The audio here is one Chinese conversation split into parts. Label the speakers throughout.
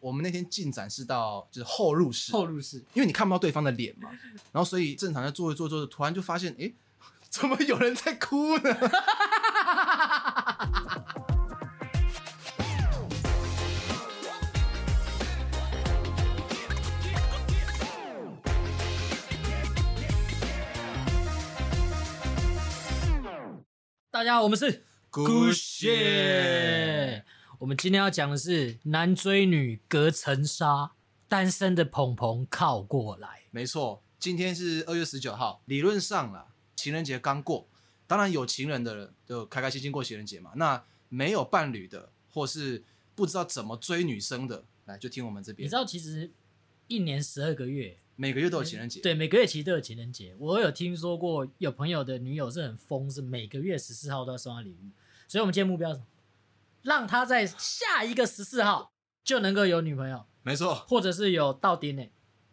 Speaker 1: 我们那天进展是到就是后入室，
Speaker 2: 后入室，
Speaker 1: 因为你看不到对方的脸嘛，然后所以正常在做一做做着，突然就发现，诶， 怎么有人在哭呢？
Speaker 2: 大家好，我们是
Speaker 1: 姑且。
Speaker 2: 我们今天要讲的是男追女隔层纱，单身的鹏鹏靠过来。
Speaker 1: 没错，今天是二月十九号，理论上啦，情人节刚过，当然有情人的人就开开心心过情人节嘛。那没有伴侣的，或是不知道怎么追女生的，来就听我们这
Speaker 2: 你
Speaker 1: 边
Speaker 2: 知，道，其实一年十二个月，
Speaker 1: 每个月都有情人节，
Speaker 2: 对，每个月其实都有情人节。我有听说过有朋友的女友是很疯，是每个月十四号都要送她礼物。所以我们今天目标是什么？让她在下一个十四号就能够有女朋友，
Speaker 1: 没错，
Speaker 2: 或者是有到点呢，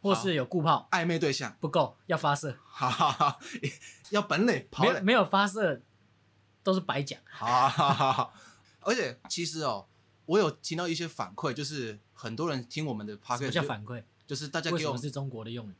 Speaker 2: 或是有固炮。
Speaker 1: 暧昧对象，
Speaker 2: 不够，要发射，
Speaker 1: 哈哈哈， 要本垒跑
Speaker 2: 没
Speaker 1: 垒
Speaker 2: 有，没有发射都是白讲。
Speaker 1: 好好好好，而且其实哦，我有听到一些反馈，就是很多人听我们的 p o
Speaker 2: 什
Speaker 1: c a
Speaker 2: 么
Speaker 1: s
Speaker 2: 叫
Speaker 1: t
Speaker 2: 反馈？
Speaker 1: 就是大家
Speaker 2: 为
Speaker 1: 给
Speaker 2: 什
Speaker 1: 我
Speaker 2: 么
Speaker 1: 们
Speaker 2: 是中国的用语？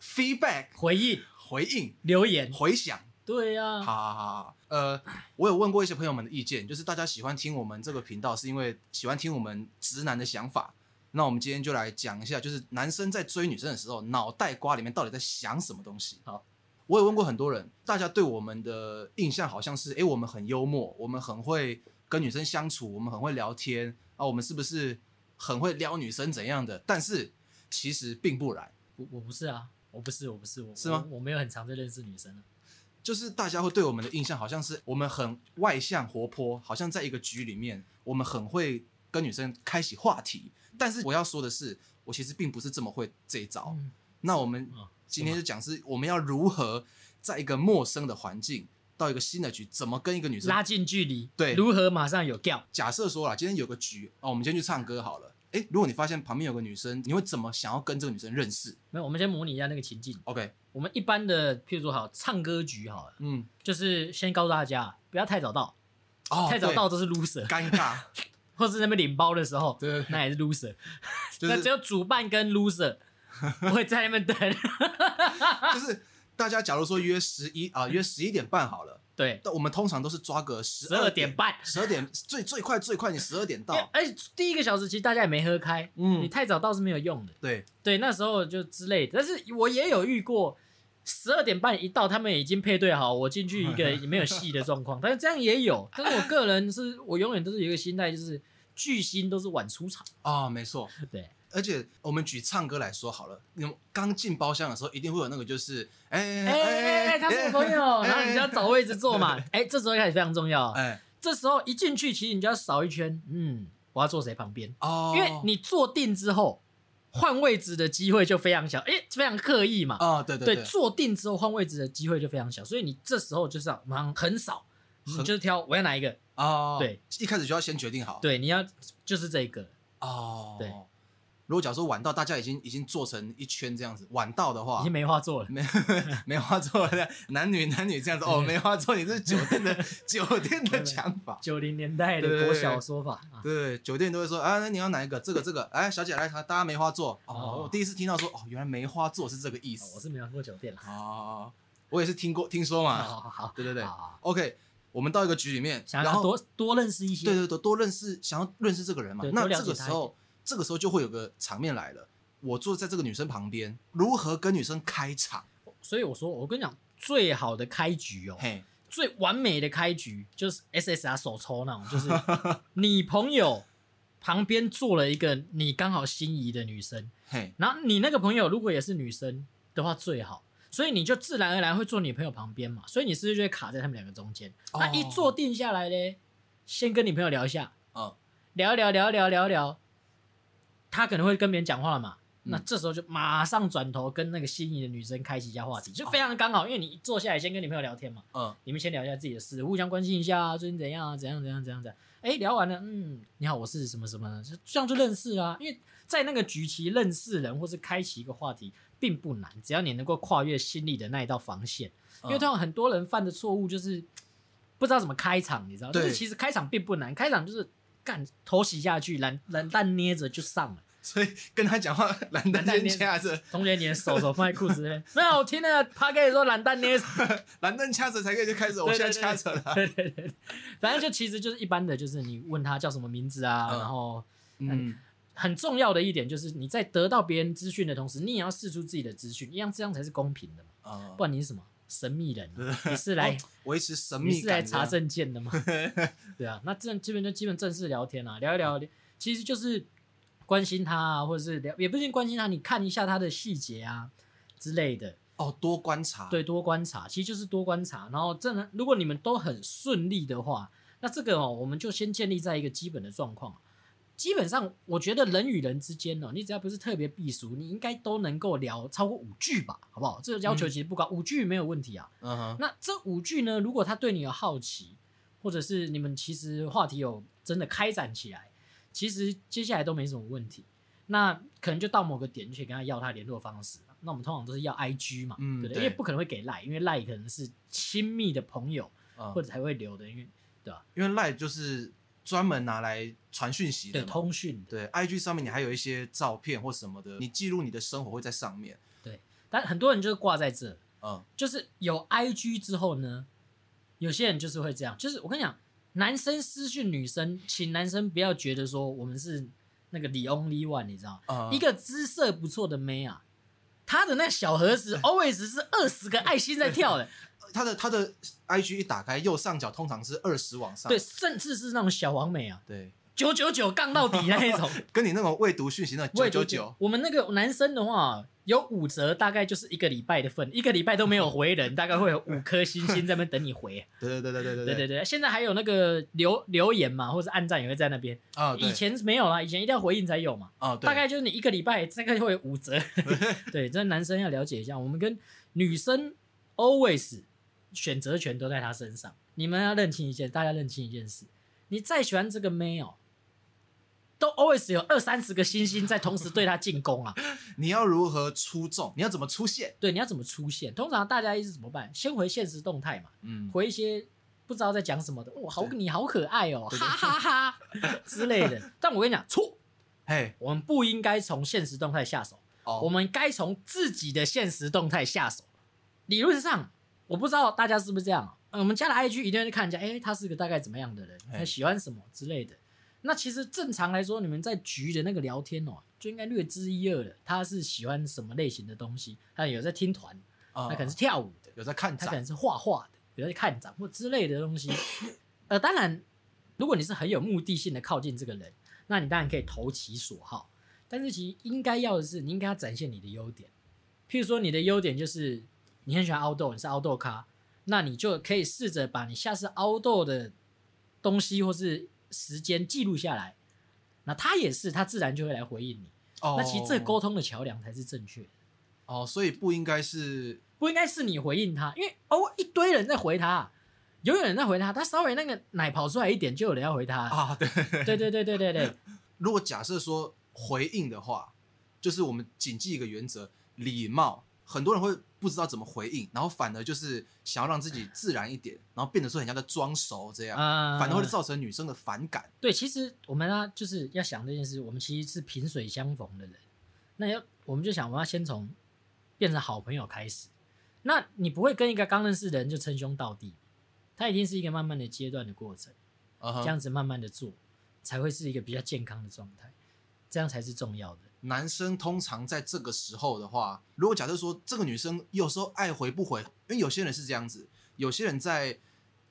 Speaker 1: feedback
Speaker 2: 回应、
Speaker 1: 回应
Speaker 2: 留言，啊
Speaker 1: 回响。
Speaker 2: 对呀、
Speaker 1: 好好好好，呃，我有问过一些朋友们的意见，就是大家喜欢听我们这个频道，是因为喜欢听我们直男的想法。那我们今天就来讲一下，就是男生在追女生的时候，脑袋瓜里面到底在想什么东西。
Speaker 2: 好，
Speaker 1: 我也问过很多人，大家对我们的印象好像是，诶，我们很幽默，我们很会跟女生相处，我们很会聊天啊，我们是不是很会撩女生怎样的？但是其实并不然，
Speaker 2: 我我不是啊，我不是，我不是，我
Speaker 1: 是吗
Speaker 2: 我？我没有很常在认识女生啊。
Speaker 1: 就是大家会对我们的印象好像是我们很外向活泼，好像在一个局里面，我们很会跟女生开启话题。但是我要说的是，我其实并不是这么会这一招。
Speaker 2: 嗯
Speaker 1: 那我们
Speaker 2: 啊，
Speaker 1: 今天就讲是我们要如何在一个陌生的环境，到一个新的局，怎么跟一个女生
Speaker 2: 拉近距离，
Speaker 1: 对
Speaker 2: 如何马上有 gap？
Speaker 1: 假设说啦，今天有个局哦，我们今天去唱歌好了。诶，如果你发现旁边有个女生，你会怎么想要跟这个女生认识
Speaker 2: 没有，我们先模拟一下那个情境。
Speaker 1: ？OK，
Speaker 2: 我们一般的，譬如说好唱歌局好了，
Speaker 1: 嗯，
Speaker 2: 就是先告诉大家不要太早到，
Speaker 1: 哦，
Speaker 2: 太早
Speaker 1: 对
Speaker 2: 到都是 loser，
Speaker 1: 尴尬，
Speaker 2: 或是在那边领包的时候，
Speaker 1: 对，
Speaker 2: 那也是 loser。
Speaker 1: 就
Speaker 2: 那
Speaker 1: 是
Speaker 2: 只有主办跟 loser 会在那边等。
Speaker 1: 就是大家假如说约十一啊，约十一点半好了，
Speaker 2: 对，
Speaker 1: 但我们通常都是抓个十
Speaker 2: 十二点
Speaker 1: 点，
Speaker 2: 半。
Speaker 1: 十二点最最快最快你十二点到，
Speaker 2: 而且第一个小时其实大家也没喝开，你
Speaker 1: 嗯，
Speaker 2: 太早到是没有用的。
Speaker 1: 对，
Speaker 2: 对，那时候就之类的。但是我也有遇过，十二点半一到，他们已经配对好，我进去一 个也没有戏的状况。但是这样也有，但是我个人是我永远都是有一个心态，就是巨星都是晚出场。
Speaker 1: 啊、没错，
Speaker 2: 对，
Speaker 1: 而且我们举唱歌来说好了，你们刚进包厢的时候一定会有那个就是，哎
Speaker 2: 哎哎哎，他是我朋友，然后你就要找位置坐嘛。哎，这时候开始非常重要。
Speaker 1: 哎
Speaker 2: 这时候一进去，其实你就要扫一圈，嗯，我要坐谁旁边？
Speaker 1: 哦，
Speaker 2: 因为你坐定之后，换位置的机会就非常小，哎，非常刻意嘛。
Speaker 1: 啊、对对
Speaker 2: 对，坐定之后换位置的机会就非常小，所以你这时候就是要马上很少，你
Speaker 1: 很
Speaker 2: 就是挑我要哪一个，
Speaker 1: 哦，
Speaker 2: 对，
Speaker 1: 一开始就要先决定好，
Speaker 2: 对，你要就是这个，
Speaker 1: 哦，
Speaker 2: 对。
Speaker 1: 如果假如说晚到，大家已经已经做成一圈这样子，晚到的话，
Speaker 2: 已经没话做了。
Speaker 1: 没梅花座的男女男女这样子哦，
Speaker 2: 对
Speaker 1: 梅花座你是酒店的酒店的讲法，
Speaker 2: 九零年代
Speaker 1: 对
Speaker 2: 的
Speaker 1: 对
Speaker 2: 国
Speaker 1: 对
Speaker 2: 小说法啊，
Speaker 1: 对，酒店都会说啊，那你要哪一个？这个这个，哎，小姐来，大家梅花座哦
Speaker 2: 哦，
Speaker 1: 我第一次听到说哦，原来梅花座是这个意
Speaker 2: 啊
Speaker 1: 思
Speaker 2: 我是没玩过酒店了。
Speaker 1: 哦，我也是听过听说
Speaker 2: 好
Speaker 1: 嘛，
Speaker 2: 好好，
Speaker 1: 啊对对对
Speaker 2: 哦好好好
Speaker 1: ，OK，我们到一个局里面，
Speaker 2: 想
Speaker 1: 然
Speaker 2: 要
Speaker 1: 后
Speaker 2: 多多认识一些，
Speaker 1: 对对对，多认识，想要认识这个人嘛
Speaker 2: 对。
Speaker 1: 那
Speaker 2: 多了解
Speaker 1: 这个时
Speaker 2: 他一
Speaker 1: 候，这个时候就会有个场面来了，我坐在这个女生旁边，如何跟女生开场？
Speaker 2: 所以我说，我跟你讲，最好的开局哦，
Speaker 1: 嘿，
Speaker 2: 最完美的开局就是 SSR 手抽那种，就是你朋友旁边坐了一个你刚好心仪的女生，
Speaker 1: 嘿，
Speaker 2: 然后你那个朋友如果也是女生的话最好，所以你就自然而然会坐你朋友旁边嘛，所以你是不是就会卡在他们两个中间？
Speaker 1: 哦
Speaker 2: 那一坐定下来嘞，先跟你朋友聊一下，
Speaker 1: 嗯，
Speaker 2: 聊一聊聊一聊聊一聊，他可能会跟别人讲话了嘛。
Speaker 1: 嗯
Speaker 2: 那这时候就马上转头跟那个心仪的女生开启一下话题，
Speaker 1: 哦
Speaker 2: 就非常刚好，因为你一坐下来先跟你朋友聊天嘛，
Speaker 1: 嗯，
Speaker 2: 你们先聊一下自己的事，互相关心一下啊，最近怎样啊，怎样怎样怎样怎样。哎、聊完了，嗯，你好，我是什么什么的，就这样就认识啦、因为在那个局期认识人或是开启一个话题并不难，只要你能够跨越心里的那一道防线。因为
Speaker 1: 嗯
Speaker 2: 通常很多人犯的错误就是不知道怎么开场，你知道？就
Speaker 1: 对
Speaker 2: 是其实开场并不难，开场就是干头洗下去，懒懒蛋捏着就上了。
Speaker 1: 所以跟他讲话 懒蛋先掐着，
Speaker 2: 同学，你的手手放在裤子 里面。没有，我听那个 p a k 说懒蛋捏死。
Speaker 1: 懒蛋掐着 才可以就开始，我现在掐着了。
Speaker 2: 对对对，反正就其实就是一般的，就是你问他叫什么名字啊，
Speaker 1: 嗯
Speaker 2: 然后
Speaker 1: 嗯，
Speaker 2: 很重要的一点就是你在得到别人资讯的同时，你也要试出自己的资讯，一样这样才是公平的嘛。
Speaker 1: 啊
Speaker 2: 不，然你是什么神 秘人啊、你是来、
Speaker 1: 维持神
Speaker 2: 你
Speaker 1: 秘
Speaker 2: 是来
Speaker 1: 哦感这
Speaker 2: 查
Speaker 1: 样。
Speaker 2: 证件的 吗？对啊，那这基本就基本正式聊天啊，聊一聊，其实就是关心他啊，或者是聊，也不一定关心他，你看一下他的细节啊之类的。
Speaker 1: 哦，多观察。
Speaker 2: 对，多观察，其实就是多观察。然后真的，如果你们都很顺利的话，那这个哦，我们就先建立在一个基本的状况。基本上，我觉得人与人之间哦，你只要不是特别避俗，你应该都能够聊超过五句吧，好不好？这个要求
Speaker 1: 嗯
Speaker 2: 其实不高，五句没有问题啊。
Speaker 1: 嗯哼，
Speaker 2: 那这五句呢，如果他对你有好奇，或者是你们其实话题有真的开展起来，其实接下来都没什么问题。那可能就到某个点，就可以跟他要他联络方式嘛。那我们通常都是要 IG 嘛，
Speaker 1: 嗯
Speaker 2: 对不
Speaker 1: 对
Speaker 2: 因为不可能会给赖，因为赖可能是亲密的朋友
Speaker 1: 嗯
Speaker 2: 或者才会留的，因为
Speaker 1: 因为 Line 就是专门拿来传讯息
Speaker 2: 对
Speaker 1: 的嘛。
Speaker 2: 通讯的。
Speaker 1: 对，IG 上面你还有一些照片或什么的，你记录你的生活会在上面。
Speaker 2: 但很多人就是挂在这，
Speaker 1: 嗯
Speaker 2: 就是有 IG 之后呢，有些人就是会这样，就是我跟你讲，男生私讯女生，请男生不要觉得说我们是那个 the only one，你知道吗？
Speaker 1: 嗯，
Speaker 2: 一个姿色不错的妹啊，她的那小 盒子 always 是二十个爱心在跳的，
Speaker 1: 他的他的 IG 一打开，右上角通常是二十往上。
Speaker 2: 对，甚至是那种小王美啊，
Speaker 1: 对，
Speaker 2: 九九九杠到底那一 种。
Speaker 1: 跟你那种未读讯息那
Speaker 2: 我
Speaker 1: 九
Speaker 2: 也
Speaker 1: 九
Speaker 2: 就
Speaker 1: 九，
Speaker 2: 我们那个男生的话，有五折，大概就是一个礼拜的份，一个礼拜都没有回人，大概会有五颗星星在那边等你回。
Speaker 1: 对对对对对
Speaker 2: 对对
Speaker 1: 对
Speaker 2: 对，现在还有那个留留言嘛，或者是按赞也会在那边。
Speaker 1: 啊，对
Speaker 2: 以前没有啦，以前一定要回应才有嘛。
Speaker 1: 啊，对
Speaker 2: 大概就是你一个礼拜大概会有五 折。对，这男生要了解一下，我们跟女生 always 选择权都在她身上。你们要认清一件，大家认清一件事：你再喜欢这个妹哦，都 always 有二三十个星星在同时对她进攻啊。
Speaker 1: 你要如何出众？你要怎么出现？
Speaker 2: 对，你要怎么出现？通常大家一直怎么办？先回现实动态嘛，
Speaker 1: 嗯，
Speaker 2: 回一些不知道在讲什么的，哇，好
Speaker 1: 对
Speaker 2: 你好可爱哦，
Speaker 1: 对
Speaker 2: 哈哈哈 之类的。但我跟你讲，错，
Speaker 1: 嘿，
Speaker 2: 我们不应该从现实动态下手。
Speaker 1: 哦，
Speaker 2: 我们该从自己的现实动态下手。理论上，我不知道大家是不是这样、呃我们加了 IG 一定会看一下，哎、他是个大概怎么样的人，
Speaker 1: 哎
Speaker 2: 他喜欢什么之类的。那其实正常来说，你们在局的那个聊天哦、就应该略知一二了。他是喜欢什么类型的东西？他有在听团，
Speaker 1: 啊
Speaker 2: 他可能是跳舞的，
Speaker 1: 有在看
Speaker 2: 他可
Speaker 1: 展，
Speaker 2: 能是画画的，有在看展或之类的 东西。呃，当然，如果你是很有目的性的靠近这个人，那你当然可以投其所好。但是其实应该要的是，你应该要展现你的优点。譬如说，你的优点就是你很喜欢 outdoor，你是 outdoor 咖，那你就可以试着把你下次 outdoor 的东西或是时间记录下来。那他也是，他自然就会来回应你。
Speaker 1: 哦，
Speaker 2: 那其实这个沟通的桥梁才是正确的。
Speaker 1: 哦，所以不应该是
Speaker 2: 不应该是你回应他，因为哦一堆人在回他，啊永远有人在回他，他稍微那个奶跑出来一点，就有人要回他。
Speaker 1: 啊，对。
Speaker 2: 对对对对对对，
Speaker 1: 如果假设说回应的话，就是我们谨记一个原则，礼貌。很多人会不知道怎么回应，然后反而就是想要让自己自然一点，然后变得说很像在装熟这样，
Speaker 2: 啊、
Speaker 1: 反而会造成女生的反感。
Speaker 2: 对，其实我们呢、就是要想这件事，我们其实是萍水相逢的人，那要我们就想我们要先从变成好朋友开始。那你不会跟一个刚认识的人就称兄道弟，他一定是一个慢慢的阶段的过程。
Speaker 1: 嗯
Speaker 2: 这
Speaker 1: 哼，
Speaker 2: 样子慢慢的做，才会是一个比较健康的状态，这样才是重要的。
Speaker 1: 男生通常在这个时候的话，如果假设说这个女生有时候爱回不回，因为有些人是这样子，有些人在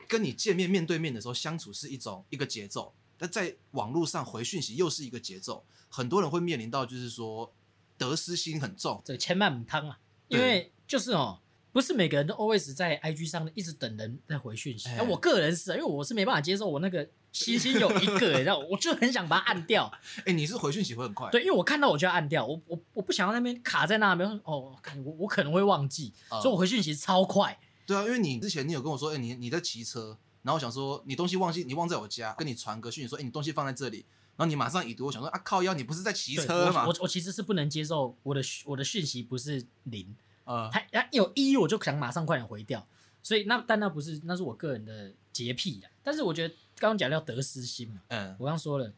Speaker 1: 跟你见面面对面的时候相处是一种一个节奏，但在网络上回讯息又是一个节奏，很多人会面临到就是说得失心很重，
Speaker 2: 这个千万母汤啊，
Speaker 1: 对
Speaker 2: 因为就是哦，不是每个人都 always 在 IG 上一直等人在回讯息。
Speaker 1: 哎
Speaker 2: 哎、我个人是啊，因为我是没办法接受我那个星星有一 个，你知道，我就很想把它按掉。
Speaker 1: 哎、你是回讯息会很快，
Speaker 2: 对，因为我看到我就要按掉，我我我不想要那边卡在那边。哦，看我我可能会忘记，
Speaker 1: 啊
Speaker 2: 所以我回讯息超快。
Speaker 1: 对啊，因为你之前你有跟我说，哎、你你在骑车，然后我想说你东西忘记，你忘在我家，跟你传个讯息说，哎、你东西放在这里，然后你马上已读，我想说啊靠腰，你不是在骑
Speaker 2: 对
Speaker 1: 车
Speaker 2: 我
Speaker 1: 吗
Speaker 2: 我？我其实是不能接受我的讯我的讯息不是零，
Speaker 1: 呃，
Speaker 2: 它它有一我就想马上快点回掉，所以那但那不是那是我个人的洁癖啊。但是我觉得刚刚讲到得失心嘛，
Speaker 1: 嗯
Speaker 2: 我刚说了，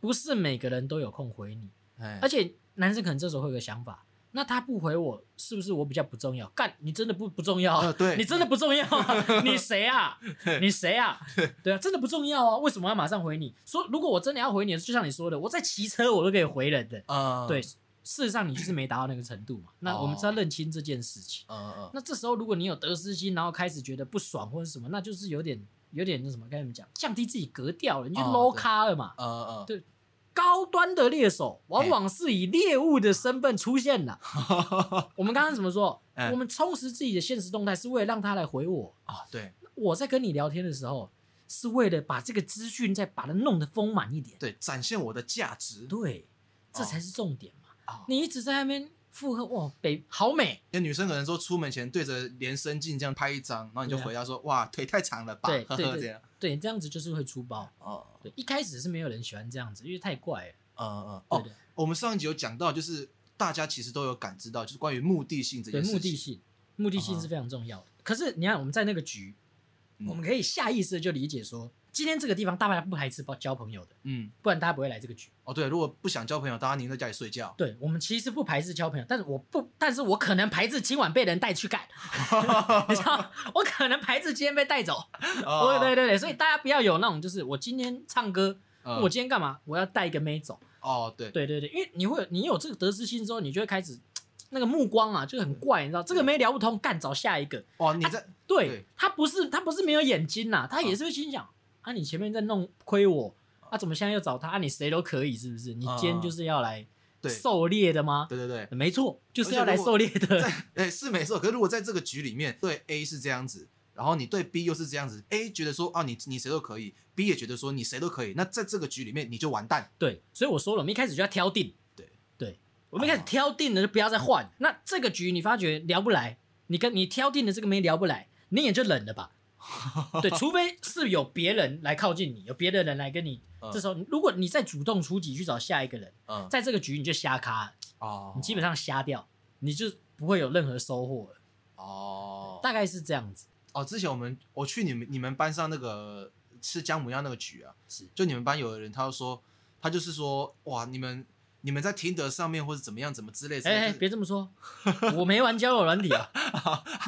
Speaker 2: 不是每个人都有空回你，
Speaker 1: 哎
Speaker 2: 而，且男生可能这时候会有个想法，那他不回我，是不是我比较不重要？干，你真的不不重要、啊
Speaker 1: 呃对
Speaker 2: 你真的不重要、啊，你谁啊？你谁啊？对啊，真的不重要啊，为什么要马上回你？说如果我真的要回你，就像你说的，我在骑车我都可以回人的。
Speaker 1: 呃，
Speaker 2: 对，，事实上你就是没达到那个程度嘛。那我们
Speaker 1: 哦
Speaker 2: 是要认清这件事情。
Speaker 1: 呃呃，
Speaker 2: 那这时候如果你有得失心，然后开始觉得不爽或者什么，那就是有点有点那什么，该怎么讲，降低自己格调了，你就
Speaker 1: 哦
Speaker 2: low
Speaker 1: 对
Speaker 2: 咖了嘛。
Speaker 1: 呃呃，
Speaker 2: 对高端的猎手往往是以猎物的身份出现的。我们刚刚怎么说？
Speaker 1: 嗯
Speaker 2: 我们充实自己的现实动态是为了让他来回我。
Speaker 1: 啊，对
Speaker 2: 我在跟你聊天的时候，是为了把这个资讯再把它弄得丰满一点。
Speaker 1: 对，展现我的价值
Speaker 2: 对，这才是重点嘛。
Speaker 1: 啊。
Speaker 2: 你一直在那边附和，哇，北好美。
Speaker 1: 那女生可能说出门前对着连身镜这样拍一张，然后你就
Speaker 2: 对啊
Speaker 1: 回答说：“哇，腿太长了吧？”
Speaker 2: 对
Speaker 1: 呵
Speaker 2: 对
Speaker 1: 呵，
Speaker 2: 对
Speaker 1: 这样。
Speaker 2: 对，这样子就是会出包。
Speaker 1: 哦，
Speaker 2: 对，一开始是没有人喜欢这样子，因为太怪了。
Speaker 1: 呃呃，
Speaker 2: 对
Speaker 1: 哦
Speaker 2: 不，对
Speaker 1: 我们上一集有讲到，就是大家其实都有感知到，就是关于目的性这
Speaker 2: 对，
Speaker 1: 件事情。啊
Speaker 2: 目的性，目的性是非常重要的。可是你看，我们在那个局，
Speaker 1: 嗯
Speaker 2: 我们可以下意识地就理解说，今天这个地方大家不排斥交朋友的，
Speaker 1: 嗯，
Speaker 2: 不然大家不会来这个局。
Speaker 1: 哦对，如果不想交朋友，大家宁愿在家里睡 觉。
Speaker 2: 对我们其实不排斥交朋友，但是我不，但是我可能排斥今晚被人带 去干，你知道吗，我可能排斥今天被带走。
Speaker 1: 哦
Speaker 2: 对对对对，所以大家不要有那种就是我今天唱歌，
Speaker 1: 嗯
Speaker 2: 我今天干嘛，我要带一个妹走。
Speaker 1: 哦对，
Speaker 2: 对对对，因为你会有你有这个得失心之后，你就会开始那个目光啊，就很怪，你知道，这个
Speaker 1: 嗯
Speaker 2: 妹聊不通，干找下一个。
Speaker 1: 哦你在
Speaker 2: 对
Speaker 1: 对
Speaker 2: 他不是他不是没有眼睛呐、他也是会心想啊，你前面在弄亏我啊，怎么现在又找他？啊、你谁都可以是不是？你今天就是要来
Speaker 1: 啊对
Speaker 2: 狩猎的吗？
Speaker 1: 对对对，
Speaker 2: 没错，就是要来
Speaker 1: 而且如果
Speaker 2: 狩猎的
Speaker 1: 在。哎是没错，可是如果在这个局里面，对 A 是这样子。然后你对 B 又是这样子，A 觉得说啊你你谁都可以，B 也觉得说你谁都可以，那在这个局里面你就完蛋。
Speaker 2: 对，所以我说了，我们一开始就要挑定。
Speaker 1: 对啊
Speaker 2: 对，我们一开始挑定了就不要再换。那这个局你发觉聊不来，你跟你挑定的这个没聊不来，你也就冷 了吧。对，除非是有别人来靠近你，有别的人来跟你。
Speaker 1: 嗯
Speaker 2: 这时候，如果你再主动出击去找下一个人，
Speaker 1: 嗯
Speaker 2: 在这个局你就瞎咖了。
Speaker 1: 哦，
Speaker 2: 你基本上瞎掉，你就不会有任何收获了。
Speaker 1: 哦
Speaker 2: 大概是这样子，
Speaker 1: 哦，之前我们我去你们你们班上那个吃姜母鸭那个局啊，
Speaker 2: 是
Speaker 1: 就你们班有的人他就说他就是说哇你们你们在听得上面或者怎么样怎么之类之类，
Speaker 2: 哎、哎
Speaker 1: 就是
Speaker 2: 别这么说，我没玩交友软体啊，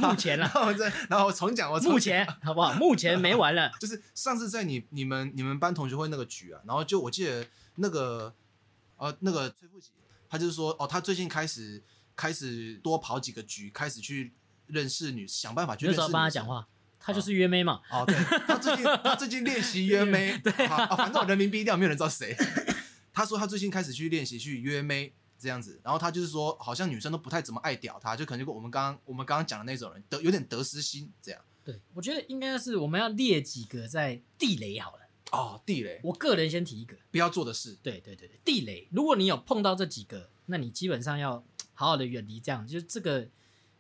Speaker 2: 目前
Speaker 1: 然
Speaker 2: 啦，
Speaker 1: 后再然后我重讲我重
Speaker 2: 目前好不好？目前没玩 了。
Speaker 1: 就是上次在你你们你们班同学会那个局啊，然后就我记得那个呃那个崔富喜，他就是说哦，他最近开始开始多跑几个局，开始去认识女，想办法去
Speaker 2: 你为
Speaker 1: 认识
Speaker 2: 什
Speaker 1: 女
Speaker 2: 么
Speaker 1: 生。
Speaker 2: 要帮他讲话？他就是约妹嘛，
Speaker 1: 哦，对，他最近他最近练习 约妹，对啊，反正我人民币掉，没有人知道谁。 他说他最近开始去练习去约妹这样子，然后他就是说，好像女生都不太怎么爱屌他，就可能就跟我们刚刚我们刚刚讲的那种人得有点得失心这样。
Speaker 2: 对，我觉得应该是我们要列几个在地雷好了。
Speaker 1: 哦，地雷
Speaker 2: 我个人先提一个，
Speaker 1: 不要做的事，
Speaker 2: 对对对对，地雷。如果你有碰到这几个，那你基本上要好好的远离，这样就是这个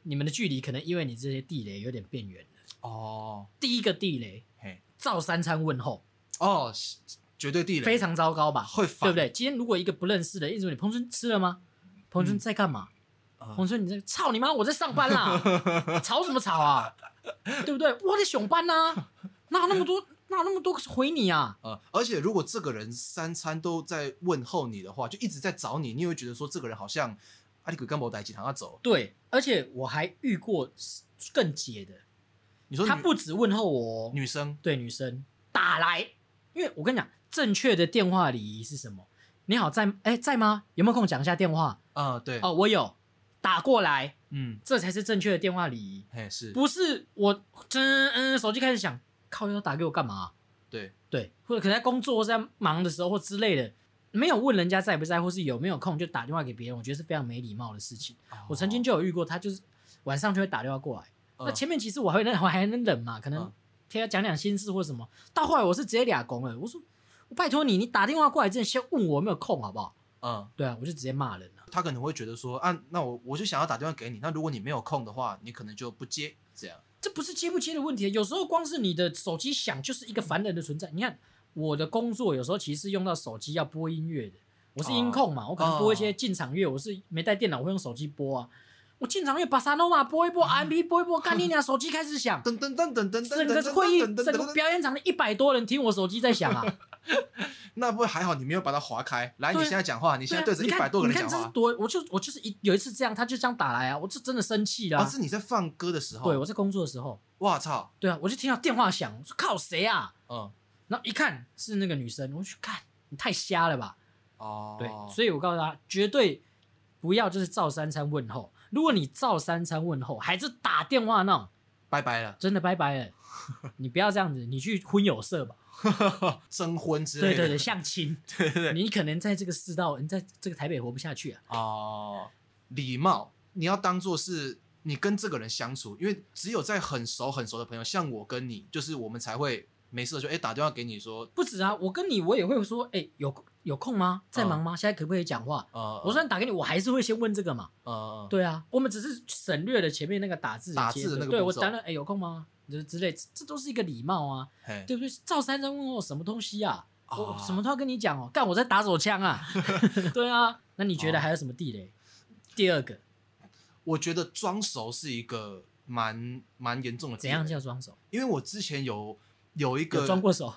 Speaker 2: 你们的距离可能因为你这些地雷有点变远了。
Speaker 1: 哦，
Speaker 2: 第一个地雷，
Speaker 1: 嘿，
Speaker 2: 照三餐问候。
Speaker 1: 哦，是绝对地雷，
Speaker 2: 非常糟糕吧？
Speaker 1: 会
Speaker 2: 对
Speaker 1: 烦，
Speaker 2: 不对？今天如果一个不认识的一直问你彭春吃了吗？
Speaker 1: 嗯
Speaker 2: 彭春在干嘛？
Speaker 1: 呃？
Speaker 2: 彭春你在操你妈！我在上班 啦，吵什么吵啊？对不对？我在熊班呐、哪有那么多哪有那么多回你啊？
Speaker 1: 呃，而且如果这个人三餐都在问候你的话，就一直在找你，你也会觉得说这个人好像阿里鬼干毛带几堂要走。
Speaker 2: 对，而且我还遇过更解的，
Speaker 1: 你说
Speaker 2: 他
Speaker 1: 女
Speaker 2: 不止问候我哦，
Speaker 1: 女生
Speaker 2: 对女生打来，因为我跟你讲，正确的电话礼仪是什么？你好在哎在吗？有没有空讲一下电话？
Speaker 1: 啊、呃对，
Speaker 2: 哦，我有打过来，
Speaker 1: 嗯，
Speaker 2: 这才是正确的电话礼仪。
Speaker 1: 嘿是，
Speaker 2: 不是我真嗯，手机开始响，靠，要打给我干嘛、
Speaker 1: 对，
Speaker 2: 对，或者可能在工作或在忙的时候或之类的，没有问人家在不在，或是有没有空就打电话给别人，我觉得是非常没礼貌的事情。我曾经就有遇过，他就是晚上就会打电话过来，
Speaker 1: 哦
Speaker 2: 那前面其实我还能我还能忍嘛，可能
Speaker 1: 嗯
Speaker 2: 听他讲讲心事或什么，到后来我是直接俩拱了，我说我拜托你，你打电话过来之前先问我有没有空好不好？
Speaker 1: 嗯，
Speaker 2: 对啊，我就直接骂人了。
Speaker 1: 他可能会觉得说啊，那我我就想要打电话给你，那如果你没有空的话，你可能就不接这样。
Speaker 2: 这不是接不接的问题，啊有时候光是你的手机响就是一个烦人的存在。你看我的工作有时候其实是用到手机要
Speaker 1: 哦
Speaker 2: 播音乐的，我是音控嘛，我可能播一些进场乐，我是没带电脑，我会用手机播啊。我进场乐把萨诺玛播一 播，MV 播一播，干你娘，手机开始响，
Speaker 1: 噔噔噔噔噔噔
Speaker 2: 整
Speaker 1: 噔
Speaker 2: 个
Speaker 1: 噔
Speaker 2: 会议，
Speaker 1: 噔噔
Speaker 2: 整个表演场的一百多人听我手机在响啊！
Speaker 1: 那不会还好，你没有把它划开。来，你
Speaker 2: 对啊
Speaker 1: 现在讲 话，你现在对
Speaker 2: 对啊，
Speaker 1: 着
Speaker 2: 你
Speaker 1: 一
Speaker 2: 看
Speaker 1: 百多个人
Speaker 2: 你
Speaker 1: 讲
Speaker 2: 看这是
Speaker 1: 话，
Speaker 2: 多，我就我就是一有一次这样，他就这样打来啊，我就真的生气啦、
Speaker 1: 啊，是你哦在放歌的时候。
Speaker 2: 对，我在工作的时候，
Speaker 1: 哇操，
Speaker 2: 对啊，我就听到电话响，我说靠谁啊？
Speaker 1: 嗯，
Speaker 2: 然后一看是那个女生，我去看，你太瞎了吧？
Speaker 1: 哦，
Speaker 2: 对，所以我告诉他，绝对不要就是照三餐问候。如果你照三餐问候，还是打电话那种，
Speaker 1: 拜拜了，
Speaker 2: 真的拜拜 了。你不要这样子，你去婚友社吧。
Speaker 1: 征婚之类
Speaker 2: 对
Speaker 1: 的。
Speaker 2: 对对，相亲，
Speaker 1: 对对对，
Speaker 2: 你可能在这个世道，你在这个台北活不下去啊。
Speaker 1: 哦，礼貌，你要当做是你跟这个人相处，因为只有在很熟很熟的朋友，像我跟你，就是我们才会没事的就哎打电话给你说，
Speaker 2: 不止啊，我跟你我也会说，哎、有有空吗？在忙吗？现在可不可以讲话？
Speaker 1: 呃，
Speaker 2: 我虽然打给你，我还是会先问这个嘛。
Speaker 1: 呃，
Speaker 2: 对啊，我们只是省略了前面那个打字的
Speaker 1: 打字的
Speaker 2: 阶段
Speaker 1: 那个
Speaker 2: 对
Speaker 1: 步
Speaker 2: 我
Speaker 1: 骤
Speaker 2: 当然，哎、有空吗？就是之类，这这都是一个礼貌啊，
Speaker 1: 嘿，
Speaker 2: 对不对？赵三生问我什么东西啊？我
Speaker 1: 啊
Speaker 2: 什么都要跟你讲哦，干我在打手枪啊！ 对啊，那你觉得
Speaker 1: 哦
Speaker 2: 还有什么地雷？第二个
Speaker 1: 我觉得装熟是一个蛮蛮严重的。
Speaker 2: 怎样？叫装手？
Speaker 1: 因为我之前有有一
Speaker 2: 有
Speaker 1: 个
Speaker 2: 装 过手，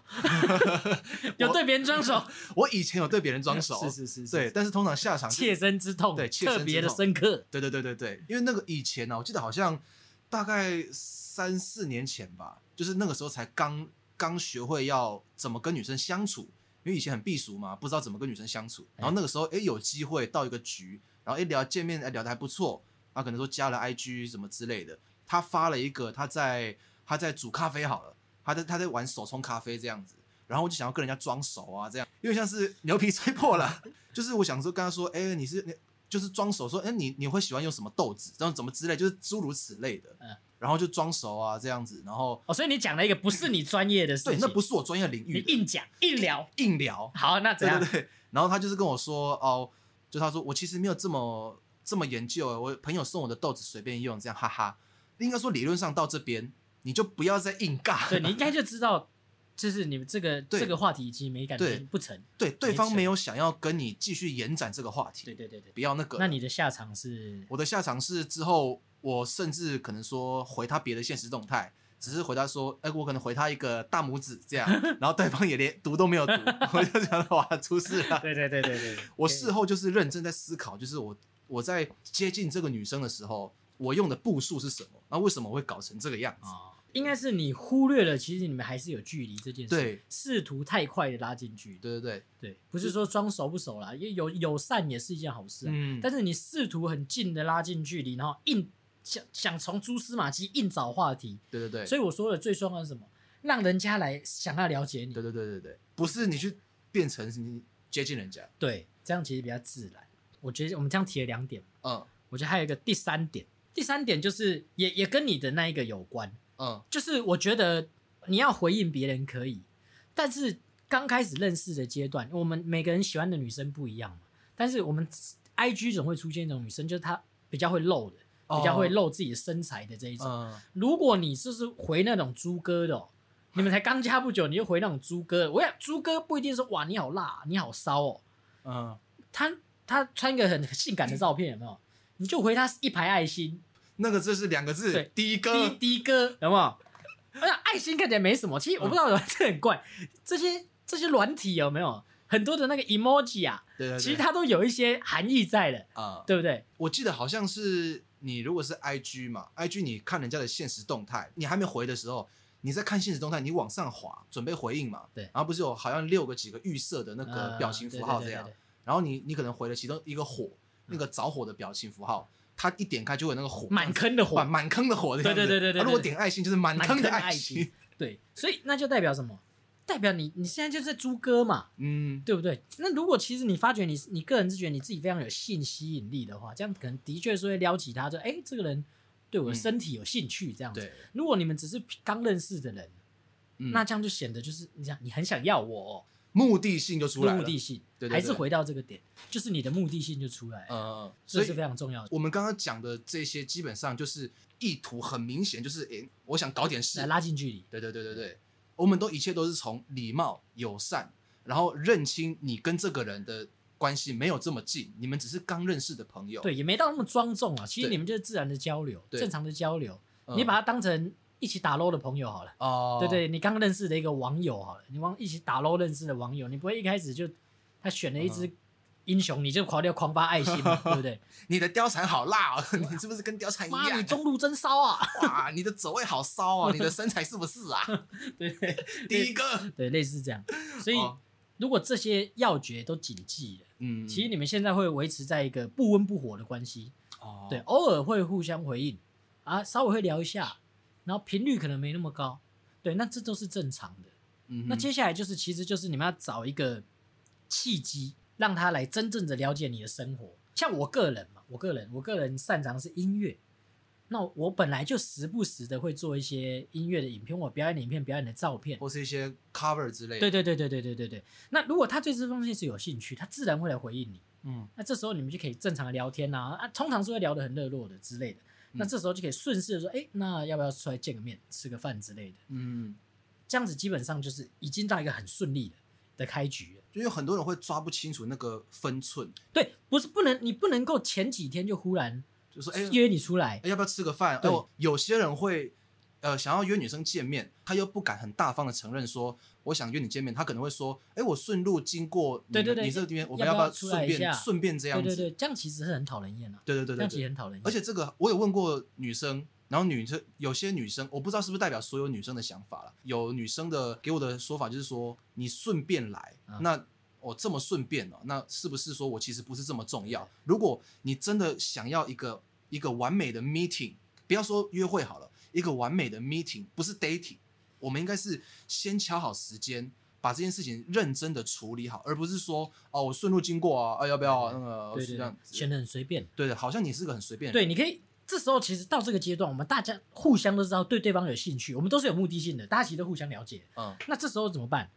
Speaker 2: 有对别人装手，
Speaker 1: 我以前有对别人装熟，
Speaker 2: 是是是是，
Speaker 1: 对，但是通常下场就
Speaker 2: 切身之痛，
Speaker 1: 对切身之
Speaker 2: 特别的
Speaker 1: 痛
Speaker 2: 深刻。
Speaker 1: 对对对对对，因为那个以前啊呢、我记得好像大概三四年前吧，就是那个时候才刚刚学会要怎么跟女生相处，因为以前很避俗嘛，不知道怎么跟女生相处。然后那个时候，哎，有机会到一个局，然后一聊见面，哎，聊得还不错，然后可能说加了 IG 什么之类的。他发了一个他在他在煮咖啡好了，他在他在玩手冲咖啡这样子。然后我就想要跟人家装熟啊，这样，因为像是牛皮吹破了， 就是我想说跟他说，哎、你是你就是装熟说，哎、你你会喜欢用什么豆子，然后怎么之类，就是诸如此类的，
Speaker 2: 嗯
Speaker 1: 然后就装熟啊这样子，然后
Speaker 2: 哦，所以你讲了一个不是你专业的事
Speaker 1: 对
Speaker 2: 情，，
Speaker 1: 那不是我专业领
Speaker 2: 你
Speaker 1: 域的，
Speaker 2: 硬讲硬聊。
Speaker 1: 硬聊，
Speaker 2: 好， 那怎
Speaker 1: 对
Speaker 2: 样
Speaker 1: 对？对，然后他就是跟我说，哦，就他说我其实没有这么这么研究，我朋友送我的豆子随便用，这样哈哈，应该说理论上到这边你就不要再硬尬，
Speaker 2: 对你应该就知道，就是你们这个
Speaker 1: 对
Speaker 2: 这个话题已经没感
Speaker 1: 对
Speaker 2: 觉不成。
Speaker 1: 对对方
Speaker 2: 没错
Speaker 1: 没有想要跟你继续延展这个话
Speaker 2: 对
Speaker 1: 题，
Speaker 2: 对对对。
Speaker 1: 不要那个，
Speaker 2: 那你的下场是
Speaker 1: 我的下场是之后，我甚至可能说回他别的现实动态，只是回他说，哎、我可能回他一个大拇指这样， 然后对方也连读都没有读，我就想到哇，出事了。
Speaker 2: 对对对对对，对
Speaker 1: 我事后就是认真在思考，就是我我在接近这个女生的时候，我用的步数是什么？那为什么会搞成这个样子？
Speaker 2: 哦，应该是你忽略了，其实你们还是有距离这件事，
Speaker 1: 对，
Speaker 2: 试图太快的拉近距离，
Speaker 1: 对对对，
Speaker 2: 对，不是说装熟不熟啦，也有友善也是一件好事啊、
Speaker 1: 嗯，
Speaker 2: 但是你试图很近的拉近距离，然后硬想想从蛛丝马迹硬找话题，
Speaker 1: 对对对，
Speaker 2: 所以我说的最重要是什么？让人家来想要了解你，
Speaker 1: 嗯对对对对对，不是你去变成你接近人家，
Speaker 2: 对，这样其实比较自然。我觉得我们这样提了两点，
Speaker 1: 嗯
Speaker 2: 我觉得还有一个第三点，第三点就是也也跟你的那一个有关，
Speaker 1: 嗯
Speaker 2: 就是我觉得你要回应别人可以，但是刚开始认识的阶段，我们每个人喜欢的女生不一样嘛，但是我们 I G 总会出现一种女生，就是她比较会露的，比较会露自己的身材的这一种。
Speaker 1: 哦嗯，
Speaker 2: 如果你就是回那种猪哥的、哦，你们才刚加不久，你就回那种猪哥的，我想猪哥不一定说哇你好辣，你好骚哦，
Speaker 1: 嗯，
Speaker 2: 他他穿个很性感的照片有没有？你就回他一排爱心，
Speaker 1: 那个就是两个字
Speaker 2: 对，
Speaker 1: 的
Speaker 2: 的
Speaker 1: 哥，
Speaker 2: 的哥有没有？而且爱心看起来没什么，
Speaker 1: 嗯
Speaker 2: 其实我不知道， 这很怪。这些这些软体有没有很多的那个 emoji 啊？
Speaker 1: 对对对，
Speaker 2: 其实它都有一些含义在的，
Speaker 1: 啊、
Speaker 2: 对不对？
Speaker 1: 我记得好像是你如果是 IG 嘛，IG 你看人家的现实动态，你还没回的时候，你在看现实动态，你往上滑准备回应嘛，
Speaker 2: 对
Speaker 1: 然后不是有好像六个几个预设的那个
Speaker 2: 呃
Speaker 1: 表情符号这样，，然后你你可能回了其中一个火，那个着火的表情符号，它一点开就会有那个火，
Speaker 2: 满坑的火
Speaker 1: 满，满坑的火的样子，
Speaker 2: 对对对对对
Speaker 1: 啊如果点爱心就是满
Speaker 2: 满
Speaker 1: 坑
Speaker 2: 坑
Speaker 1: 的
Speaker 2: 的
Speaker 1: 爱
Speaker 2: 爱心，对，所以那就代表什么？代表你你现在就是在猪哥嘛，
Speaker 1: 嗯，
Speaker 2: 对不对？那如果其实你发觉你你个人是觉得你自己非常有性吸引力的话，这样可能的确是会撩起他，就哎这个人对我的身体有兴趣这样子。
Speaker 1: 嗯对，
Speaker 2: 如果你们只是刚认识的人，
Speaker 1: 嗯
Speaker 2: 那这样就显得就是你想你很想要我、哦，
Speaker 1: 目的性就出来了，
Speaker 2: 目的性
Speaker 1: 对对对
Speaker 2: 还是回到这个点，就是你的目的性就出来了，
Speaker 1: 呃，
Speaker 2: 这
Speaker 1: 所以
Speaker 2: 是非常重要的。
Speaker 1: 我们刚刚讲的这些，基本上就是意图很明显，就是诶、我想搞点事
Speaker 2: 来。拉近距离，
Speaker 1: 对对对对对，我们都一切都是从礼貌、友善，然后认清你跟这个人的关系没有这么近，你们只是刚认识的朋友。
Speaker 2: 对，也没到那么庄重啊。其实
Speaker 1: 对
Speaker 2: 你们就是自然的交流，
Speaker 1: 对
Speaker 2: 正常的交流，
Speaker 1: 嗯，
Speaker 2: 你把它当成一起打 LO 的朋友好了。
Speaker 1: 哦，
Speaker 2: 对对，你刚认识的一个网友好了，你往一起打 LO 认识的网友，你不会一开始就他选了一
Speaker 1: 嗯
Speaker 2: 只英雄，你就狂掉狂发爱心嘛，对 不对？
Speaker 1: 你的貂蝉好辣哦，你是不是跟貂蝉一
Speaker 2: 妈，你
Speaker 1: 样？
Speaker 2: 中路真骚啊！
Speaker 1: 哇，你的走位好骚哦，你的身材是不是啊？
Speaker 2: 对对
Speaker 1: 第一个，
Speaker 2: 对，类似这样。所以
Speaker 1: 哦
Speaker 2: 如果这些要诀都谨记了，
Speaker 1: 嗯，
Speaker 2: 其实你们现在会维持在一个不温不火的关系，
Speaker 1: 哦
Speaker 2: 对，，偶尔会互相回应啊，稍微会聊一下，然后频率可能没那么高，对，那这都是正常的。
Speaker 1: 嗯哼
Speaker 2: 那接下来就是，其实就是你们要找一个契机，让他来真正的了解你的生活。像我个人嘛，我个人，我个人擅长是音乐。那我本来就时不时的会做一些音乐的影片，我表演的影片、表演的照片，
Speaker 1: 或是一些 cover 之类的，
Speaker 2: 对，对对对对对对对。那如果他对这方面是有兴趣，他自然会来回应你。
Speaker 1: 嗯，
Speaker 2: 那这时候你们就可以正常的聊天呐、啊，通常是会聊得很热络的之类的。那
Speaker 1: 嗯
Speaker 2: 这时候就可以顺势的说，哎、那要不要出来见个面，吃个饭之类的？
Speaker 1: 嗯，
Speaker 2: 这样子基本上就是已经到一个很顺利的的开局了。
Speaker 1: 就有很多人会抓不清楚那个分寸，
Speaker 2: 对，不是不能，你不能够前几天就忽然
Speaker 1: 就说哎，
Speaker 2: 约你出来，
Speaker 1: 要不要吃个饭？
Speaker 2: 对
Speaker 1: 哦，有些人会呃想要约女生见面，他又不敢很大方的承认说我想约你见面，他可能会说，哎，我顺路经过你
Speaker 2: 对对
Speaker 1: 们
Speaker 2: 对
Speaker 1: 你这边，我们要
Speaker 2: 要不
Speaker 1: 不
Speaker 2: 要
Speaker 1: 要
Speaker 2: 出来
Speaker 1: 顺
Speaker 2: 一下
Speaker 1: 便顺便这样
Speaker 2: 对
Speaker 1: 子？
Speaker 2: 对对，这样其实是很讨人厌啊，
Speaker 1: 对对对
Speaker 2: 这
Speaker 1: 对
Speaker 2: 样其
Speaker 1: 对
Speaker 2: 实很讨人厌。
Speaker 1: 而且这个我有问过女生，然后女生有些女生，我不知道是不是代表所有女生的想法了。有女生的给我的说法就是说，你顺便来，
Speaker 2: 嗯
Speaker 1: 那哦这么顺便哦，那是不是说我其实不是这么重要？如果你真的想要一个一个完美的 meeting，不要说约会好了，一个完美的 meeting 不是 dating，我们应该是先敲好时间。把这件事情认真的处理好，而不是说哦，我顺路经过啊，啊要不要啊那个
Speaker 2: 对
Speaker 1: 是
Speaker 2: 对
Speaker 1: 这
Speaker 2: 对
Speaker 1: 样，子？
Speaker 2: 显得很随便。
Speaker 1: 对的，好像你是个很随便的人。
Speaker 2: 对，你可以这时候其实到这个阶段，我们大家互相都知道对对方有兴趣，我们都是有目的性的，大家其实都互相了解。
Speaker 1: 嗯，
Speaker 2: 那这时候怎么办？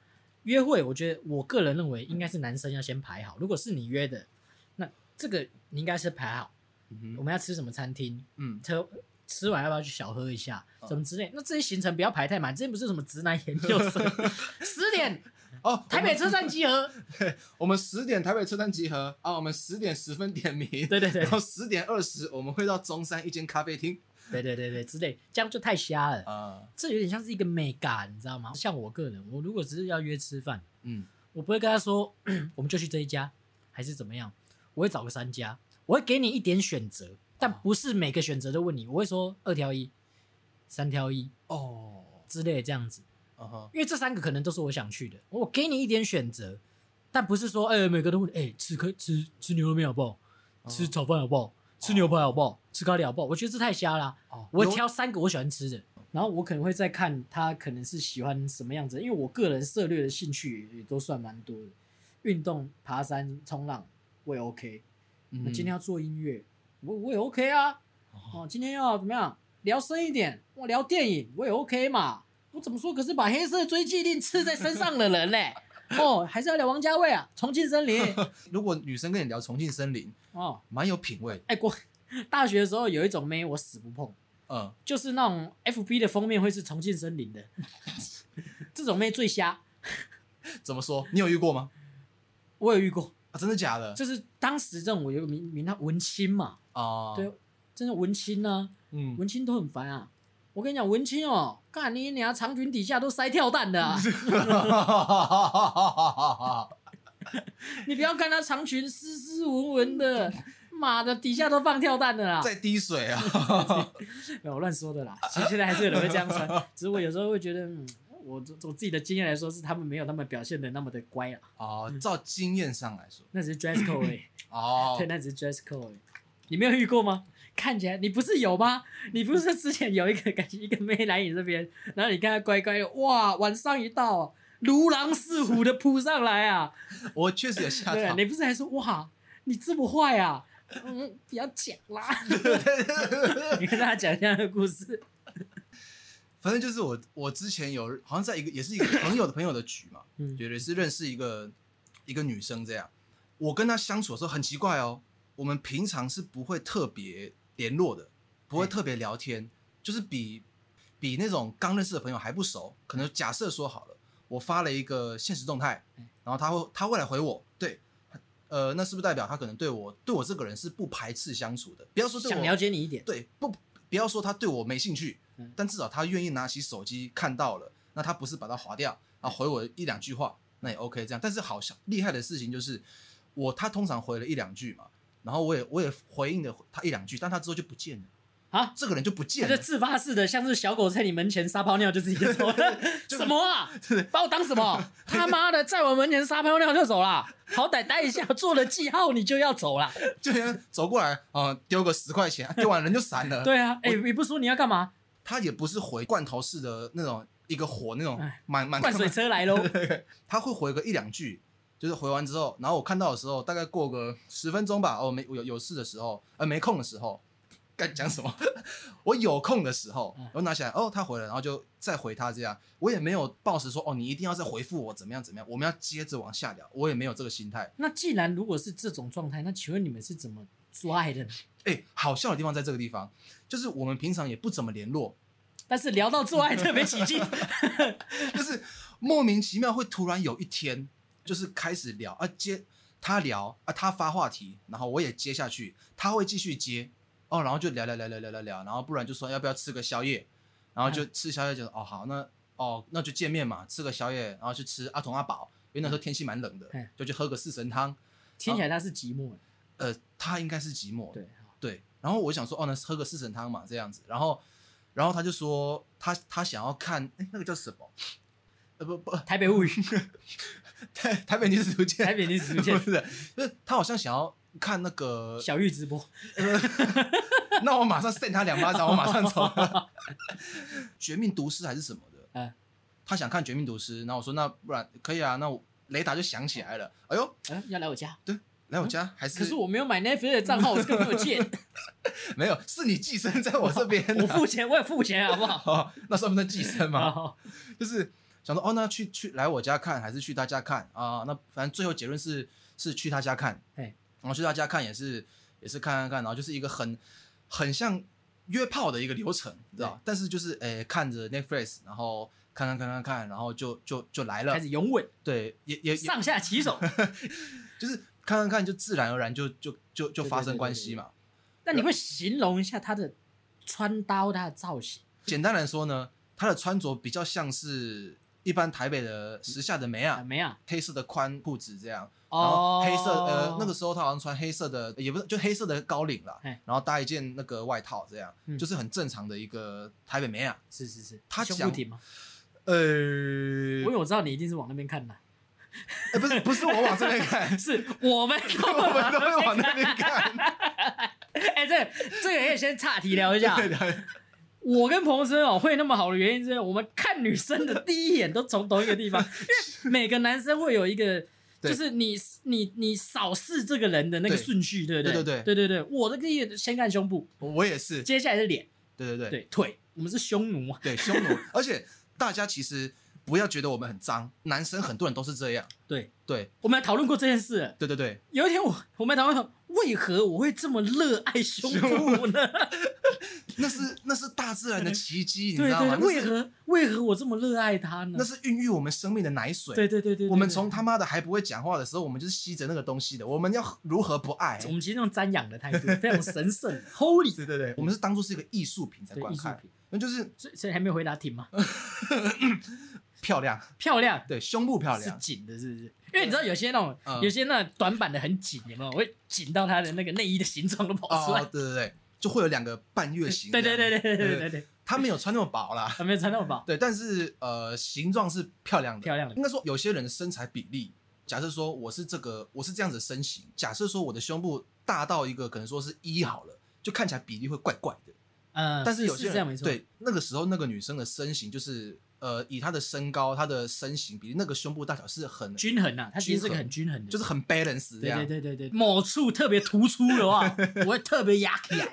Speaker 2: 约会，我觉得我个人认为应该是男生要先排好。如果是你约的，那这个你应该是排好，
Speaker 1: 嗯哼
Speaker 2: 我们要吃什么餐厅，
Speaker 1: 嗯，
Speaker 2: 吃吃完要不要去小喝一下，
Speaker 1: 嗯
Speaker 2: 什么之类。那这些行程不要排太满。之前不是有什么直男研究生，十点
Speaker 1: 哦，
Speaker 2: 台北车站集合，
Speaker 1: 我们十点台北车站集合啊，我们十点十分点名，
Speaker 2: 对对对
Speaker 1: 然后十点二十我们会到中山一间咖啡厅
Speaker 2: 对对对对之类，这样就太瞎了。
Speaker 1: 啊，
Speaker 2: 这有点像是一个美感，你知道吗？像我个人，我如果只是要约吃饭，
Speaker 1: 嗯，
Speaker 2: 我不会跟他说我们就去这一家，还是怎么样，我会找个三家，我会给你一点选择，但不是每个选择都问你，我会说二挑一、三挑一
Speaker 1: 哦，
Speaker 2: 之类的这样子，
Speaker 1: 嗯哼，
Speaker 2: 因为这三个可能都是我想去的，我给你一点选择，但不是说哎、每个都问哎、吃可吃吃牛肉面好不好，
Speaker 1: 哦
Speaker 2: 吃炒饭好不好，吃牛排好不好，吃咖喱好不好，我觉得这太瞎啦、
Speaker 1: 哦，
Speaker 2: 我会
Speaker 1: 有
Speaker 2: 挑三个我喜欢吃的，然后我可能会再看他可能是喜欢什么样子，因为我个人涉猎的兴趣也都算蛮多的，运动、爬山、冲浪我也 OK。那
Speaker 1: 嗯
Speaker 2: 今天要做音乐，我我也 OK 啊。哦，今天要怎么样聊深一点？我聊电影我也 OK 嘛。我怎么说？可是把黑色追记令刺在身上的人嘞、哦，还是要聊王家卫啊，《重庆森林》
Speaker 1: 嗯如果女生跟你聊重庆森林，
Speaker 2: 哦。
Speaker 1: 蛮有品味，
Speaker 2: 哎，过大学的时候有一种妹我死不碰。
Speaker 1: 嗯，
Speaker 2: 就是那种 FB 的封面会是重庆森林的， 这种妹最瞎，
Speaker 1: 怎么说？你有遇过吗？
Speaker 2: 我有遇过。
Speaker 1: 啊，真的假的？
Speaker 2: 就是当时这种我有个名名他文青嘛，
Speaker 1: 啊，
Speaker 2: 对，，真的文青呢、
Speaker 1: 嗯，
Speaker 2: 文青都很烦啊。我跟你讲，文青哦，干你娘，长裙底下都塞跳蛋的、啊，
Speaker 1: 嗯
Speaker 2: 你不要看他长裙斯斯文文的，妈的，底下都放跳蛋的啦。
Speaker 1: 在滴水啊，
Speaker 2: 没有我乱说的啦，其实现在还是有人会这 样穿，只是我有时候会觉得，嗯、我我自己的经验来说，是他们没有他们表现的那么的乖啦，
Speaker 1: 哦，照经验上来说，
Speaker 2: 那只是 dress code 而已。
Speaker 1: 哦
Speaker 2: 对，，那只是 dress code 而已。你没有遇过吗？看起来你不是有吗？你不是之前有一个感觉一个妹来你这边，然后你看她乖乖的，哇，晚上一到，如狼似虎的扑上来啊！
Speaker 1: 我确实有吓
Speaker 2: 对
Speaker 1: 到，
Speaker 2: 你不是还说哇，你这么坏啊？嗯，不要讲啦，你跟大家讲一下那个故事。
Speaker 1: 反正就是我，我之前有好像在一个也是一个朋友的朋友的局嘛，
Speaker 2: 嗯，
Speaker 1: 也是认识一个一个女生这样。我跟她相处的时候很奇怪哦，我们平常是不会特别联络的，不会
Speaker 2: 嗯
Speaker 1: 特别聊天，就是比比那种刚认识的朋友还不熟。可能假设说好了，我发了一个现实动态
Speaker 2: 嗯，
Speaker 1: 然后她会她会来回我，对，呃，那是不是代表他可能对我对我这个人是不排斥相处的？不要说对
Speaker 2: 想了
Speaker 1: 我
Speaker 2: 解你一点，
Speaker 1: 对不不要说他对我没兴趣
Speaker 2: 嗯，
Speaker 1: 但至少他愿意拿起手机看到了，那他不是把它划掉啊，
Speaker 2: 嗯
Speaker 1: 回我一两句话，那也 OK 这样。但是好像厉害的事情就是我他通常回了一两句嘛，然后我也我也回应了他一两句，但他之后就不见了
Speaker 2: 啊
Speaker 1: 这个人就不
Speaker 2: 他
Speaker 1: 见
Speaker 2: 就
Speaker 1: 了。
Speaker 2: 自发式的，像是小狗在你门前撒泡尿就自己就走了，什么啊？ 把我当什么？他妈的，在我门前撒泡尿就走啦？好歹待一下，做了记号你就要走啦。
Speaker 1: 就像走过来啊、呃丢个十块钱，丢完人就散了。
Speaker 2: 对啊，哎、你不说你要干嘛？
Speaker 1: 他也不是回罐头式的那种一个火那种
Speaker 2: 哎
Speaker 1: 满满
Speaker 2: 灌水车 来喽！
Speaker 1: 他会回个一两句，就是回完之后，然后我看到的时候，大概过个十分钟吧。哦，没我有有事的时候，呃，没空的时候，该讲什么？ 我有空的时候
Speaker 2: 嗯，
Speaker 1: 我拿起来，哦，他回了，然后就再回他这样。我也没有抱持说，哦，你一定要再回复我怎么样怎么样，我们要接着往下聊，我也没有这个心态。
Speaker 2: 那既然如果是这种状态，那请问你们是怎么做爱的呢？
Speaker 1: 哎，好笑的地方在这个地方，就是我们平常也不怎么联络，
Speaker 2: 但是聊到做爱特别起劲，
Speaker 1: 就是莫名其妙会突然有一天，就是开始聊啊接他聊啊他发话题，然后我也接下去，他会继续接哦，然后就聊聊聊聊聊聊聊，然后不然就说要不要吃个宵夜，然后就吃宵夜就哦好那哦那就见面嘛，吃个宵夜，然后去吃阿童阿宝，因为那时候天气蛮冷的
Speaker 2: 嗯，
Speaker 1: 就去喝个四神汤，
Speaker 2: 听起来他是寂寞的。
Speaker 1: 呃他应该是寂寞的，
Speaker 2: 对，
Speaker 1: 对，然后我想说，哦，那喝个四神汤嘛，这样子。然后，然后他就说，他他想要看，哎，那个叫什么？呃，不不，
Speaker 2: 台北物语，
Speaker 1: 台台北女子图鉴，
Speaker 2: 台北历史 出
Speaker 1: 不
Speaker 2: 现
Speaker 1: 是，就是他好像想要看那个，
Speaker 2: 小玉直播，
Speaker 1: 那我马上扇他两巴 掌，我马上走。 绝命毒师还是什么的，
Speaker 2: 嗯
Speaker 1: 他想看绝命毒师，然后我说那不然可以啊，那我雷达就响起来了，哎呦，
Speaker 2: 嗯，要来我家，
Speaker 1: 来我家、还是
Speaker 2: 嗯可是我没有买 Netflix 的账号，我是跟朋友借，
Speaker 1: 没有，是你寄生在我这边、啊
Speaker 2: 我啊付钱，我也付钱，好不好？
Speaker 1: 哦，那算不算寄生嘛？
Speaker 2: 好，
Speaker 1: 就是想说哦，那去去来我家看，还是去他家看啊、那反正最后结论是是去他家看，
Speaker 2: 哎
Speaker 1: 然后去他家看也是也是看看看，然后就是一个很很像约炮的一个流程，你知道？但是就是诶、看着 Netflix，然后看看看看看，然后就就就来了
Speaker 2: 开，始拥吻，
Speaker 1: 对，也也也
Speaker 2: 上下其手。
Speaker 1: 就是看看看，就自然而然就就就就
Speaker 2: 对
Speaker 1: 发
Speaker 2: 对
Speaker 1: 生
Speaker 2: 对
Speaker 1: 关
Speaker 2: 对
Speaker 1: 系
Speaker 2: 对
Speaker 1: 嘛。
Speaker 2: 那你会形容一下他的穿搭、他的造型？
Speaker 1: 简单来说呢，他的穿着比较像是一般台北的时下的梅
Speaker 2: 啊，
Speaker 1: 啊，
Speaker 2: 没啊？
Speaker 1: 黑色的宽裤子这样。然后
Speaker 2: 哦，
Speaker 1: 黑色、呃，那个时候他好像穿黑色的，也不是就黑色的高领啦
Speaker 2: 嘿，
Speaker 1: 然后搭一件那个外套，这样、
Speaker 2: 嗯
Speaker 1: 就是很正常的一个台北妹啊。
Speaker 2: 是是是，
Speaker 1: 他
Speaker 2: 胸
Speaker 1: 讲
Speaker 2: 部挺吗？
Speaker 1: 呃，
Speaker 2: 因为我知道你一定是往那边 看的，，
Speaker 1: 呃不是不是我往这边看
Speaker 2: 是 我们
Speaker 1: 我们都会往
Speaker 2: 看
Speaker 1: 那边看。
Speaker 2: 哎，这这个可以先岔题聊一下。
Speaker 1: 对的，
Speaker 2: 我跟彭生哦会那么好的原因是，我们看女生的第一眼都从同一个地 方，因为每个男生会有一个。
Speaker 1: 对
Speaker 2: 就是你你你扫视这个人的那个
Speaker 1: 对
Speaker 2: 顺序，对不对
Speaker 1: 对对
Speaker 2: 对对对，我的第一眼先看胸部，
Speaker 1: 我也是。
Speaker 2: 接下来是脸，
Speaker 1: 对对对
Speaker 2: 对腿，我们是匈奴啊，
Speaker 1: 对匈奴，而且大家其实不要觉得我们很脏，男生很多人都是这样。
Speaker 2: 对
Speaker 1: 对
Speaker 2: 我们还讨论过这件事了。
Speaker 1: 对对对，
Speaker 2: 有一天我我们还讨论为何我会这么热爱胸部呢？
Speaker 1: 那是那是大自然的奇迹，你
Speaker 2: 对
Speaker 1: 知道吗
Speaker 2: 对，？
Speaker 1: 那
Speaker 2: 为
Speaker 1: 是
Speaker 2: 何为何我这么热爱它呢
Speaker 1: 那？是孕育我们生命的奶水。
Speaker 2: 对对对对对，
Speaker 1: 我们
Speaker 2: 对
Speaker 1: 从他妈的还不会讲话的时候，我们就是吸着那个东西的。我们要如何不爱？
Speaker 2: 我们其实那种瞻仰的态度，非常神圣 holy
Speaker 1: 对对对，我们是当做是一个艺术品在
Speaker 2: 对
Speaker 1: 观
Speaker 2: 艺术
Speaker 1: 看，
Speaker 2: 品。
Speaker 1: 那就是
Speaker 2: 所以所以还没有回答挺吗？
Speaker 1: 漂亮，
Speaker 2: 漂亮，
Speaker 1: 对，胸部漂
Speaker 2: 是
Speaker 1: 亮，
Speaker 2: 紧的，是不是？因为你知道有些那种、
Speaker 1: 嗯
Speaker 2: 有些那种短版的很紧，有没有？会紧到它的那个内衣的形状都跑出来。
Speaker 1: 哦，对对对，就会有两个半月形。
Speaker 2: 对对对，对对对对对，
Speaker 1: 他没有穿那么薄啦，
Speaker 2: 还没有穿那么薄，
Speaker 1: 对，但是呃，形状是漂亮的，
Speaker 2: 漂亮的
Speaker 1: 应该说有些人的身材比例，假设说我是这个我是这样子的身形，假设说我的胸部大到一个可能说是一好了，就看起来比例会怪怪的。
Speaker 2: 嗯，
Speaker 1: 但是有些
Speaker 2: 是
Speaker 1: 人
Speaker 2: 这样没错，，
Speaker 1: 对那个时候那个女生的身形就是呃，以她的身高、她的身形比例，那个胸部大小是很
Speaker 2: 均衡啊，它其实是
Speaker 1: 均
Speaker 2: 个
Speaker 1: 衡
Speaker 2: 很均衡的，
Speaker 1: 就是很 balance 这
Speaker 2: 对
Speaker 1: 样。
Speaker 2: 对对对对，某处特别突出 的话，我会特别压起来。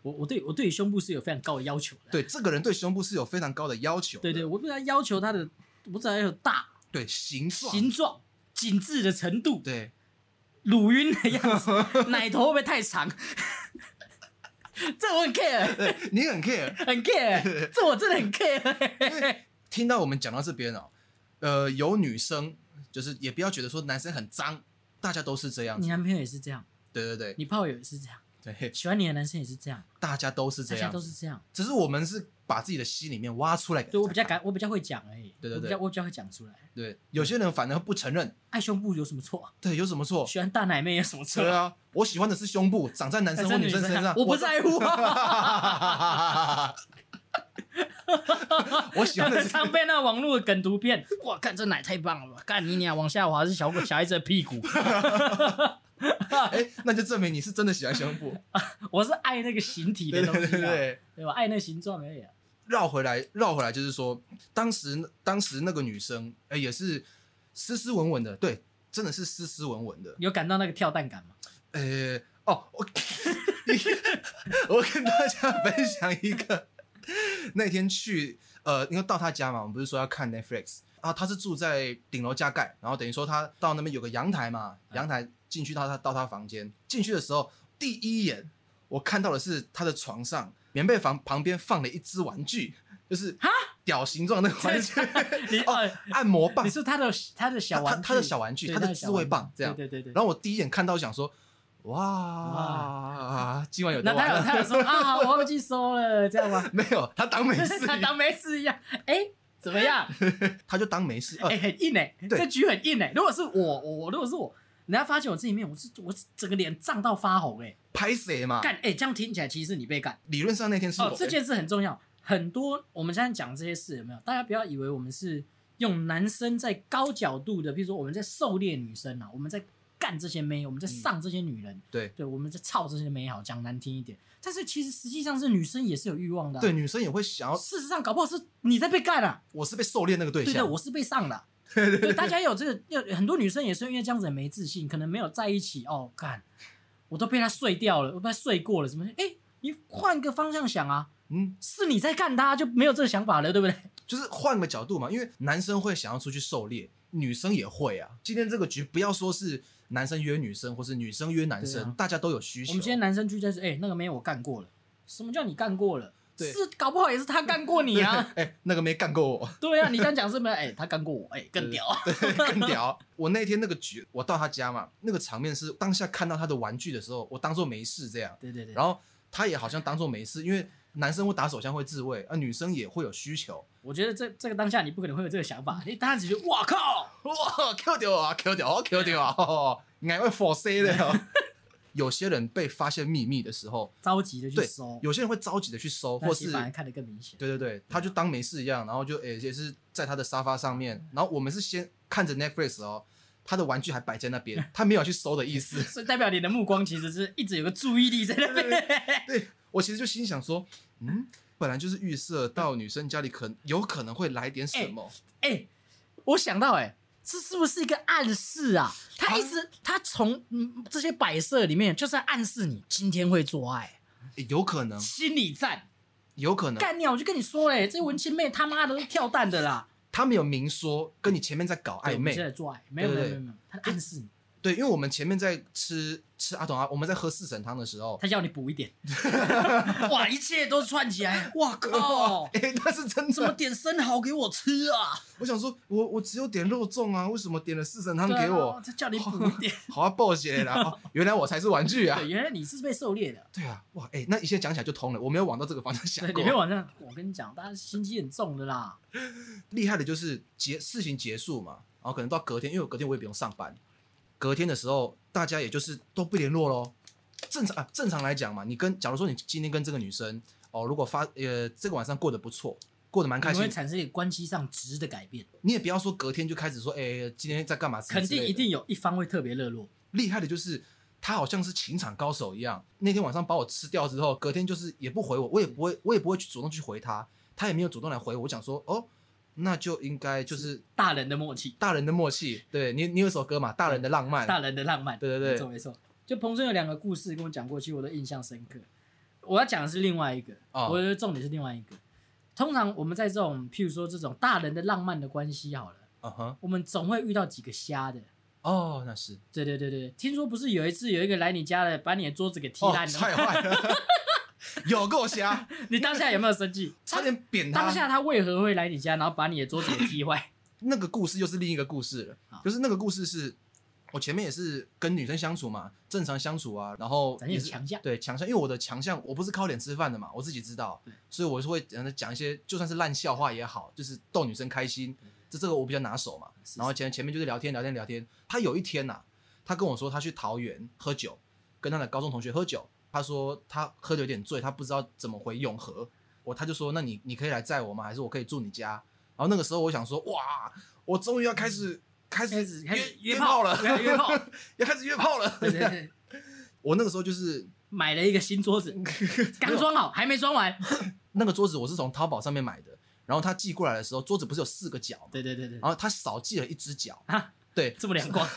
Speaker 2: 我我对我对于胸部是有非常高的要求的，
Speaker 1: 对这个人对胸部是有非常高的要求的。
Speaker 2: 对对，我不要要求它的，我只要有大
Speaker 1: 对形状
Speaker 2: 形状、紧致的程度、
Speaker 1: 对
Speaker 2: 乳晕的 样子，奶头会不会太长？ 这我很 care，
Speaker 1: 对，你很 care。
Speaker 2: 很 care，这我真的很 care。
Speaker 1: 听到我们讲到这边哦，呃，有女生就是也不要觉得说男生很脏，大家都是这样
Speaker 2: 你
Speaker 1: 子，
Speaker 2: 男朋友也是这样，
Speaker 1: 对对对
Speaker 2: 你炮友也是这样，
Speaker 1: 对，
Speaker 2: 喜欢你的男生也是这样，
Speaker 1: 大家都是
Speaker 2: 大
Speaker 1: 这
Speaker 2: 家
Speaker 1: 样
Speaker 2: 都，是这样。
Speaker 1: 只是我们是把自己的心里面挖出来给大家看。
Speaker 2: 对我比较敢，我比较会讲而已。
Speaker 1: 对对
Speaker 2: 我比
Speaker 1: 对
Speaker 2: 较我比较会讲出来。
Speaker 1: 对，有些人反而不承认，
Speaker 2: 爱胸部有什么错？
Speaker 1: 对，有什么错？
Speaker 2: 喜欢大奶妹有什么错
Speaker 1: 对？啊，我喜欢的是胸部，长在男生或女生身上，
Speaker 2: 啊我不在乎啊。
Speaker 1: 我。 我 喜欢的是
Speaker 2: 常被那网络的梗图片，哇，看这奶太棒了吧！干你娘，往下滑是小鬼小孩子的屁股。
Speaker 1: 哎、那就证明你是真的喜欢胸 部，
Speaker 2: 我是爱那个形体
Speaker 1: 对
Speaker 2: 的东
Speaker 1: 对
Speaker 2: 西、啊，
Speaker 1: 对对对。
Speaker 2: 对吧？爱那形状而已、啊。
Speaker 1: 绕回来，绕回来就是说，当时当时那个女生，哎、也是斯斯文文的，对，真的是斯斯文文的。
Speaker 2: 有感到那个跳蛋感吗？
Speaker 1: 呃、哦，我 我跟大家分享一个，那天去呃，因为到她家嘛，我们不是说要看 Netflix 啊，她是住在顶楼加盖，然后等于说她到那边有个阳台嘛，
Speaker 2: 嗯
Speaker 1: 阳台进去到她到她房间，进去的时候第一眼我看到的是她的床上棉被房旁边放了一只玩具，就是
Speaker 2: 哈
Speaker 1: 屌形状的玩具，
Speaker 2: 你
Speaker 1: 哦
Speaker 2: 哦，
Speaker 1: 按摩棒
Speaker 2: 你，是他的他的小
Speaker 1: 她她
Speaker 2: 玩具，
Speaker 1: 她哦的小玩具，
Speaker 2: 对
Speaker 1: 她
Speaker 2: 他
Speaker 1: 的
Speaker 2: 的
Speaker 1: 自
Speaker 2: 小
Speaker 1: 慰
Speaker 2: 玩
Speaker 1: 棒这样。
Speaker 2: 对对对
Speaker 1: 然
Speaker 2: 对。
Speaker 1: 后我第一眼看到想说，哇，今晚有
Speaker 2: 那
Speaker 1: 得
Speaker 2: 他
Speaker 1: 玩
Speaker 2: 有
Speaker 1: 了。？
Speaker 2: 他有说啊，我忘记收了，这样吗，
Speaker 1: 没有，他 当没事
Speaker 2: 他当没事一样。哎、怎么 样？
Speaker 1: 他就当没事。
Speaker 2: 哎、
Speaker 1: 呃，
Speaker 2: 很硬哎、
Speaker 1: 对
Speaker 2: 这局很硬哎、如果是我，我我如果是我，人家发现我这一面，我是我是整个脸胀到发红哎、
Speaker 1: 拍谁嘛？
Speaker 2: 干哎、这样听起来其实是你被干
Speaker 1: 理论上那天是
Speaker 2: 哦
Speaker 1: 我。，
Speaker 2: 这件事很重要。很多我们现在讲这些事有没有？大家不要以为我们是用男生在高角度的，譬如说我们在狩猎女生啊，我们在干这些妹，我们在上这些女人，
Speaker 1: 嗯对
Speaker 2: 对，我们在操这些美好，讲难听一点。但是其实实际上是女生也是有欲望的啊、
Speaker 1: 对女生也会想要，
Speaker 2: 事实上搞不好是你在被干啊，
Speaker 1: 我是被狩猎那个对
Speaker 2: 对对，
Speaker 1: 象。
Speaker 2: 我是被上啊了。 对，大家有这个，有很多女生也是因为这样子很没自信，可能没有在一起哦，干，我都被他睡掉了，我被他睡过了，什么？哎，你换个方向想啊，
Speaker 1: 嗯，
Speaker 2: 是你在干他，就没有这个想法了，对不对？
Speaker 1: 就是换个角度嘛，因为男生会想要出去狩猎，女生也会啊。今天这个局，不要说是男生约女生，或是女生约男
Speaker 2: 对啊
Speaker 1: 生，大家都有需求。
Speaker 2: 我们今天男生聚在是，哎，那个妹我干过了，什么叫你干过了？
Speaker 1: 对
Speaker 2: 是搞不好也是他干过你
Speaker 1: 对
Speaker 2: 啊，
Speaker 1: 哎，那个没干过我，
Speaker 2: 对啊，你这样讲是不是？哎，他干过我，哎，更屌啊，
Speaker 1: 更屌。我那天那个局，我到他家嘛，那个场面是当下看到他的玩具的时候，我当做没事这样。
Speaker 2: 对对对，
Speaker 1: 然后他也好像当做没事，因为男生会打手枪会自慰，啊，女生也会有需求。
Speaker 2: 我觉得这这个当下你不可能会有这个想法，你当然只觉得哇靠，
Speaker 1: 哇，Q 掉啊，Q 掉啊，Q 掉啊， 哦俺会 for C 的 哦。有些人被发现秘密的时候，
Speaker 2: 着急的去
Speaker 1: 对
Speaker 2: 搜，
Speaker 1: 有些人会着急的去搜，
Speaker 2: 那
Speaker 1: 或
Speaker 2: 其
Speaker 1: 是
Speaker 2: 实反而看得更明显。
Speaker 1: 对对对，他就当没事一样，然后就诶、也是在他的沙发上面，然后我们是先看着 Netflix 哦，他的玩具还摆在那边，他没有去搜的意思。
Speaker 2: 所以代表你的目光其实是一直有个注意力在那边。
Speaker 1: 对我其实就心想说，嗯，本来就是预设到女生家里可有可能会来点什么，
Speaker 2: 哎、我想到、哎，这是不是一个暗示啊？他一直、他从、嗯、这些摆设里面就是在暗示你今天会做爱，
Speaker 1: 诶有可能，
Speaker 2: 心理战。
Speaker 1: 有可能。
Speaker 2: 哎干你啊！我就跟你说嘞、这文青妹他妈的都是跳蛋的啦，
Speaker 1: 他没有明说跟你前面在搞
Speaker 2: 对
Speaker 1: 暧
Speaker 2: 我们
Speaker 1: 昧
Speaker 2: 现，在做爱，没有
Speaker 1: 哎对
Speaker 2: 没
Speaker 1: 哎
Speaker 2: 有
Speaker 1: 对
Speaker 2: 没有没有，他暗示你，
Speaker 1: 对，因为我们前面在吃吃阿董啊，我们在喝四神汤的时候，
Speaker 2: 他要你补 一点。哇，一切都串起来，哇靠！
Speaker 1: 哎、那是真
Speaker 2: 哦怎么
Speaker 1: 的。
Speaker 2: 点生蚝给我吃啊？
Speaker 1: 我想说，我我只有点肉粽啊，为什么点了四神汤给
Speaker 2: 对
Speaker 1: 我
Speaker 2: 啊，？他叫你补一点。
Speaker 1: 好啊，暴血啦、哦！原来我才是玩具啊
Speaker 2: 对，！原来你是被狩猎的。
Speaker 1: 对啊，哇，哎、那一切讲起来就通了，我没有往到这个方向想
Speaker 2: 对，
Speaker 1: 过
Speaker 2: 里。面晚上我跟你讲，大家心机很重的啦。
Speaker 1: 厉害的就是结事情结束嘛，然后可能到隔天，因为我隔天我也不用上班，隔天的时候大家也就是都不联络喽。正常啊，正常来讲嘛，你跟假如说你今天跟这个女生哦，如果发呃这个晚上过得不错，过得蛮开
Speaker 2: 你
Speaker 1: 心
Speaker 2: 会，产生一个关系上值的改变，
Speaker 1: 你也不要说隔天就开始说，哎、今天在干嘛？
Speaker 2: 肯定一。定有一方会特别热络。
Speaker 1: 厉害的就是他好像是情场高手一样，那天晚上把我吃掉之后，隔天就是也不回我，我也不会，我也不会去主动去回他，他也没有主动来回我。我想说，哦，那就应该就是
Speaker 2: 大人的默契，
Speaker 1: 大人的默契，对你，你有一首歌嘛，《大人的浪漫》。
Speaker 2: 大人的浪漫，
Speaker 1: 哎对对对
Speaker 2: 没错没错。就彭生有两个故事跟我讲过，其实我都印象深刻。我要讲的是另外一个，
Speaker 1: 哦
Speaker 2: 我觉得重点是另外一个。通常我们在这种譬如说这种大人的浪漫的关系好了，
Speaker 1: 嗯哼，
Speaker 2: 我们总会遇到几个瞎的。
Speaker 1: 哦，那是
Speaker 2: 对对对对，听说不是有一次有一个来你家的，把你的桌子给踢
Speaker 1: 哦，
Speaker 2: 烂了吗，
Speaker 1: 踹坏了， 有够瞎，
Speaker 2: 你当下有没有生气？
Speaker 1: 差点扁他。
Speaker 2: 当下他为何会来你家，然后把你的桌子给踢坏？
Speaker 1: 那个故事又是另一个故事了
Speaker 2: 好，
Speaker 1: 就是那个故事是我前面也是跟女生相处嘛，正常相处啊，然后
Speaker 2: 展现
Speaker 1: 也是
Speaker 2: 强项
Speaker 1: 对强项，因为我的强项我不是靠脸吃饭的嘛，我自己知道，所以我是会呃讲一些就算是烂笑话也好，就是逗女生开心，这这个我比较拿手嘛。
Speaker 2: 是
Speaker 1: 然后前前面就是聊天聊天聊天，他有一天呐、他跟我说他去桃园喝酒，跟他的高中同学喝酒，他说他喝的有点醉，他不知道怎么回永和，我他就说那你你可以来载我吗？还是我可以住你家？然后那个时候我想说哇，我终于要开始开
Speaker 2: 开
Speaker 1: 始
Speaker 2: 始
Speaker 1: 约
Speaker 2: 开始
Speaker 1: 约
Speaker 2: 约
Speaker 1: 炮
Speaker 2: 炮
Speaker 1: 了，
Speaker 2: 对约炮
Speaker 1: 要开始约炮了。
Speaker 2: 对对对，
Speaker 1: 我那个时候就是
Speaker 2: 买了一个新 桌子，刚装好，还没装完。
Speaker 1: 那个桌子我是从淘宝上面买的，然后他寄过来的时候，桌子不是有四个角嘛，
Speaker 2: 对对对对，
Speaker 1: 然后他少寄了一只脚，
Speaker 2: 啊，
Speaker 1: 对，
Speaker 2: 这么两 光，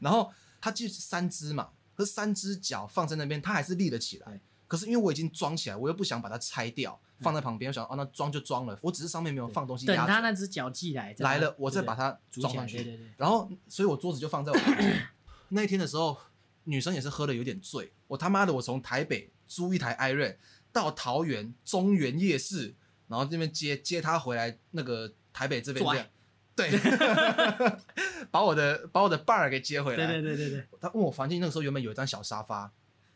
Speaker 1: 然后他寄三只嘛，可是三只脚放在那边，它还是立得起来
Speaker 2: 对。
Speaker 1: 可是因为我已经装起来，我又不想把它拆掉，放在旁边，我想哦，那装就装了，我只是上面没有放东西
Speaker 2: 等
Speaker 1: 压
Speaker 2: 他
Speaker 1: 着。
Speaker 2: 那只脚寄来，再把
Speaker 1: 来了，我
Speaker 2: 对
Speaker 1: 再
Speaker 2: 对
Speaker 1: 把它
Speaker 2: 煮
Speaker 1: 装
Speaker 2: 起来。
Speaker 1: 上
Speaker 2: 对
Speaker 1: 去。
Speaker 2: 对对，
Speaker 1: 然后，所以我桌子就放在我旁 边那一天的时候，女生也是喝的有点醉，我他妈的，我从台北租一台 i r o n 到桃园中原夜市，然后这边接接她回来那个台北这边
Speaker 2: 做
Speaker 1: 这
Speaker 2: 爱
Speaker 1: 样，对， 把我的把我的伴儿给接回来。
Speaker 2: 对对对对对，
Speaker 1: 他问我房间那个时候原本有一张小沙发，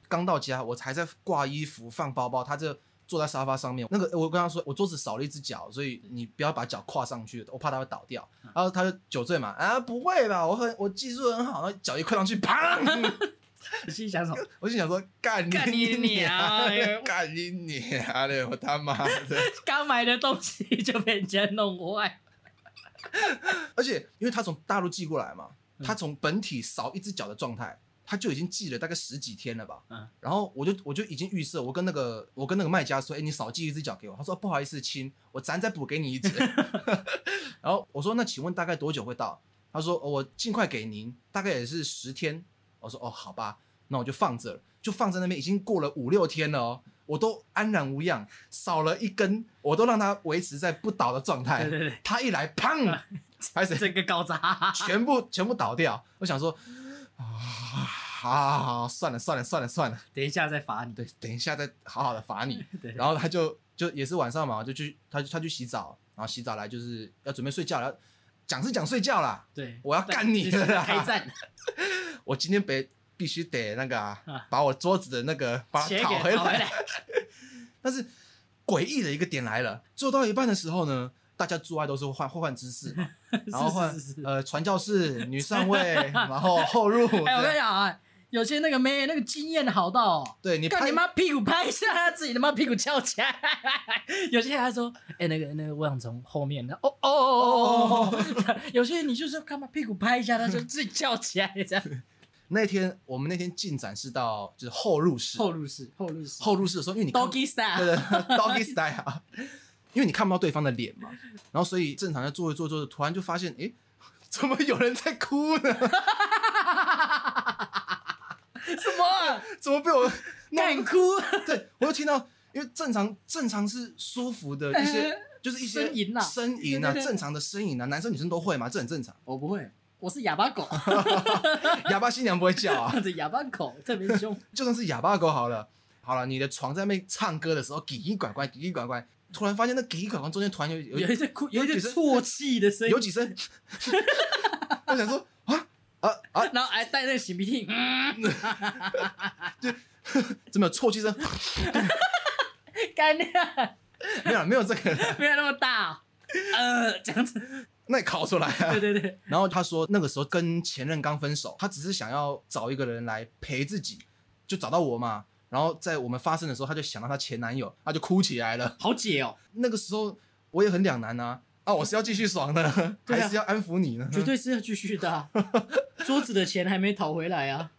Speaker 1: 刚到家我还在挂衣服放包包，他就坐在沙发上面。那个我跟他说我桌子少了一只脚，所以你不要把脚跨上去，我怕他会倒掉。
Speaker 2: 嗯
Speaker 1: 然后他就酒醉嘛，啊不会吧，我很我技术很好，然后脚一跨上去，砰！
Speaker 2: 你心里想什么？
Speaker 1: 我就想说干
Speaker 2: 干你娘哎呦
Speaker 1: 娘， 干你娘的，我他妈的！
Speaker 2: 刚买的东西就被人家弄 坏，
Speaker 1: 而且因为他从大陆寄过来嘛，
Speaker 2: 嗯
Speaker 1: 他从本体少一只脚的状态，他就已经寄了大概十几天了吧。
Speaker 2: 嗯
Speaker 1: 然后我就我就已经预设，我跟那个我跟那个卖家说，哎、你少寄一只脚给我。他说、不好意思，亲，我咱再补给你一 只。然后我说那请问大概多久会到？他说、哦我尽快给您，大概也是十天。我说哦好吧，那我就放着，就放在那边，已经过了五六天了哦。我都安然无恙，少了一根，我都让它维持在不倒的状态。
Speaker 2: 对对对，
Speaker 1: 他一来，砰，
Speaker 2: 嗯
Speaker 1: 还 是
Speaker 2: 整个搞砸。
Speaker 1: 全部全部倒掉。我想说，啊，好好好，算了算了算了算了，
Speaker 2: 等一下再罚你。
Speaker 1: 对，等一下再好好的罚你。
Speaker 2: 对，
Speaker 1: 然后他就就也是晚上嘛，就去他他去洗澡，然后洗澡来就是要准备睡觉了，要讲是讲睡觉啦，
Speaker 2: 对，
Speaker 1: 我要干你
Speaker 2: 就是
Speaker 1: 了啦
Speaker 2: 开战，
Speaker 1: 我今天得必须得那个、啊
Speaker 2: 啊
Speaker 1: 把我桌子的那个把它
Speaker 2: 钱
Speaker 1: 讨
Speaker 2: 给
Speaker 1: 回
Speaker 2: 回
Speaker 1: 来。
Speaker 2: 来。
Speaker 1: 但是诡异的一个点来了，做到一半的时候呢，大家做爱都是会换会换姿势嘛， 然后换
Speaker 2: 是是是是
Speaker 1: 呃传教士、女上位，然后后入。
Speaker 2: 哎，
Speaker 1: 这
Speaker 2: 我跟
Speaker 1: 样
Speaker 2: 你讲啊，有些那个妹那个经验好到哦，
Speaker 1: 对你
Speaker 2: 干
Speaker 1: 拍
Speaker 2: 你妈屁股拍一下，他自己他妈屁股翘起来。 有些人还说，哎，那个那个，我想从后面，哦哦哦哦哦，有些人你就是干嘛屁股拍一下，他就自己翘起来这样。
Speaker 1: 那天我们那天进展是到就是后入室，
Speaker 2: 后入式，后入式
Speaker 1: 后入室的时候，因为你看
Speaker 2: ，doggy
Speaker 1: 对
Speaker 2: style，
Speaker 1: 对 doggy style，啊 因为你看不到对方的脸嘛，然后所以正常在做一做做，突然就发现，诶，怎么有人在哭呢？
Speaker 2: 什么啊
Speaker 1: 怎么被我弄？
Speaker 2: 干哭？
Speaker 1: 对，我就听到，因为正常正常是舒服的一些， 就是一些
Speaker 2: 呻吟啊
Speaker 1: 呻吟啊，
Speaker 2: 对对对
Speaker 1: 正常的呻吟啊，男生女生都会嘛，这很正常。
Speaker 2: 我不会，我是哑巴狗，
Speaker 1: 哑巴新娘不会叫啊，
Speaker 2: 这哑巴狗特别凶。
Speaker 1: 就算是哑巴狗好了，好了，你的床在那边唱歌的时候，叽叽拐拐，叽叽拐拐，突然发现那叽叽拐拐中间突然有有
Speaker 2: 有一阵哭，有一
Speaker 1: 有
Speaker 2: 阵
Speaker 1: 几声
Speaker 2: 啜泣的声音
Speaker 1: 有，几声，我想说啊啊啊，
Speaker 2: 然后还带那个擤鼻涕，嗯
Speaker 1: 怎么有啜泣声？
Speaker 2: 干掉，
Speaker 1: 没有啦没有这个啦，
Speaker 2: 没有那么大哦，呃，这样子，
Speaker 1: 那你考出来啊
Speaker 2: 对。对对，
Speaker 1: 然后他说那个时候跟前任刚分手，他只是想要找一个人来陪自己，就找到我嘛。然后在我们发生的时候，他就想到他前男友，他就哭起来了。
Speaker 2: 好解哦，
Speaker 1: 那个时候我也很两难啊，啊，我是要继续爽呢，
Speaker 2: 对啊
Speaker 1: 还是要安抚你呢？
Speaker 2: 绝对是要继续 的啊，桌子的钱还没讨回来啊，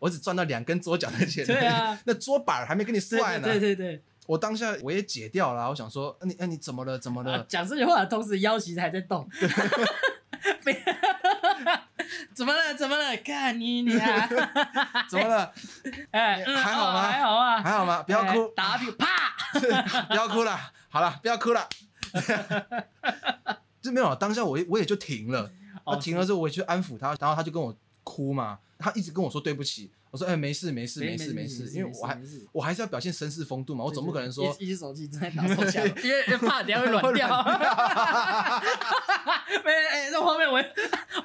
Speaker 1: 我只赚到两根桌脚的钱。
Speaker 2: 对啊，
Speaker 1: 那桌板儿还没跟你
Speaker 2: 对
Speaker 1: 算呢。
Speaker 2: 对对对
Speaker 1: 我当下我也解掉了啊，我想说，啊、你哎、你怎么了？怎么
Speaker 2: 对， 啊
Speaker 1: 了？
Speaker 2: 讲这句话的同时腰其实还在 动，被 怎么了怎么了，干 你你啊，
Speaker 1: 怎么了？
Speaker 2: 哎，嗯
Speaker 1: 还好吗
Speaker 2: 哦还好啊，
Speaker 1: 还好 吗？不要
Speaker 2: 哎
Speaker 1: 哭，啊
Speaker 2: 打屁股啪，哎
Speaker 1: 不要哭了，好了，不要哭 了。就没有，当下我也我也就停了。
Speaker 2: 哦
Speaker 1: 那停了之后，我也去安抚他，然后他就跟我哭嘛，他一直跟我说对不起。我说哎、没事没事
Speaker 2: 没
Speaker 1: 事没事，因为我还
Speaker 2: 没事
Speaker 1: 我还是要表现绅士风度嘛，我总不可能说
Speaker 2: 一一只手机正在打 手枪，
Speaker 3: 因为怕等下会软掉。
Speaker 2: 没哎，这画面 我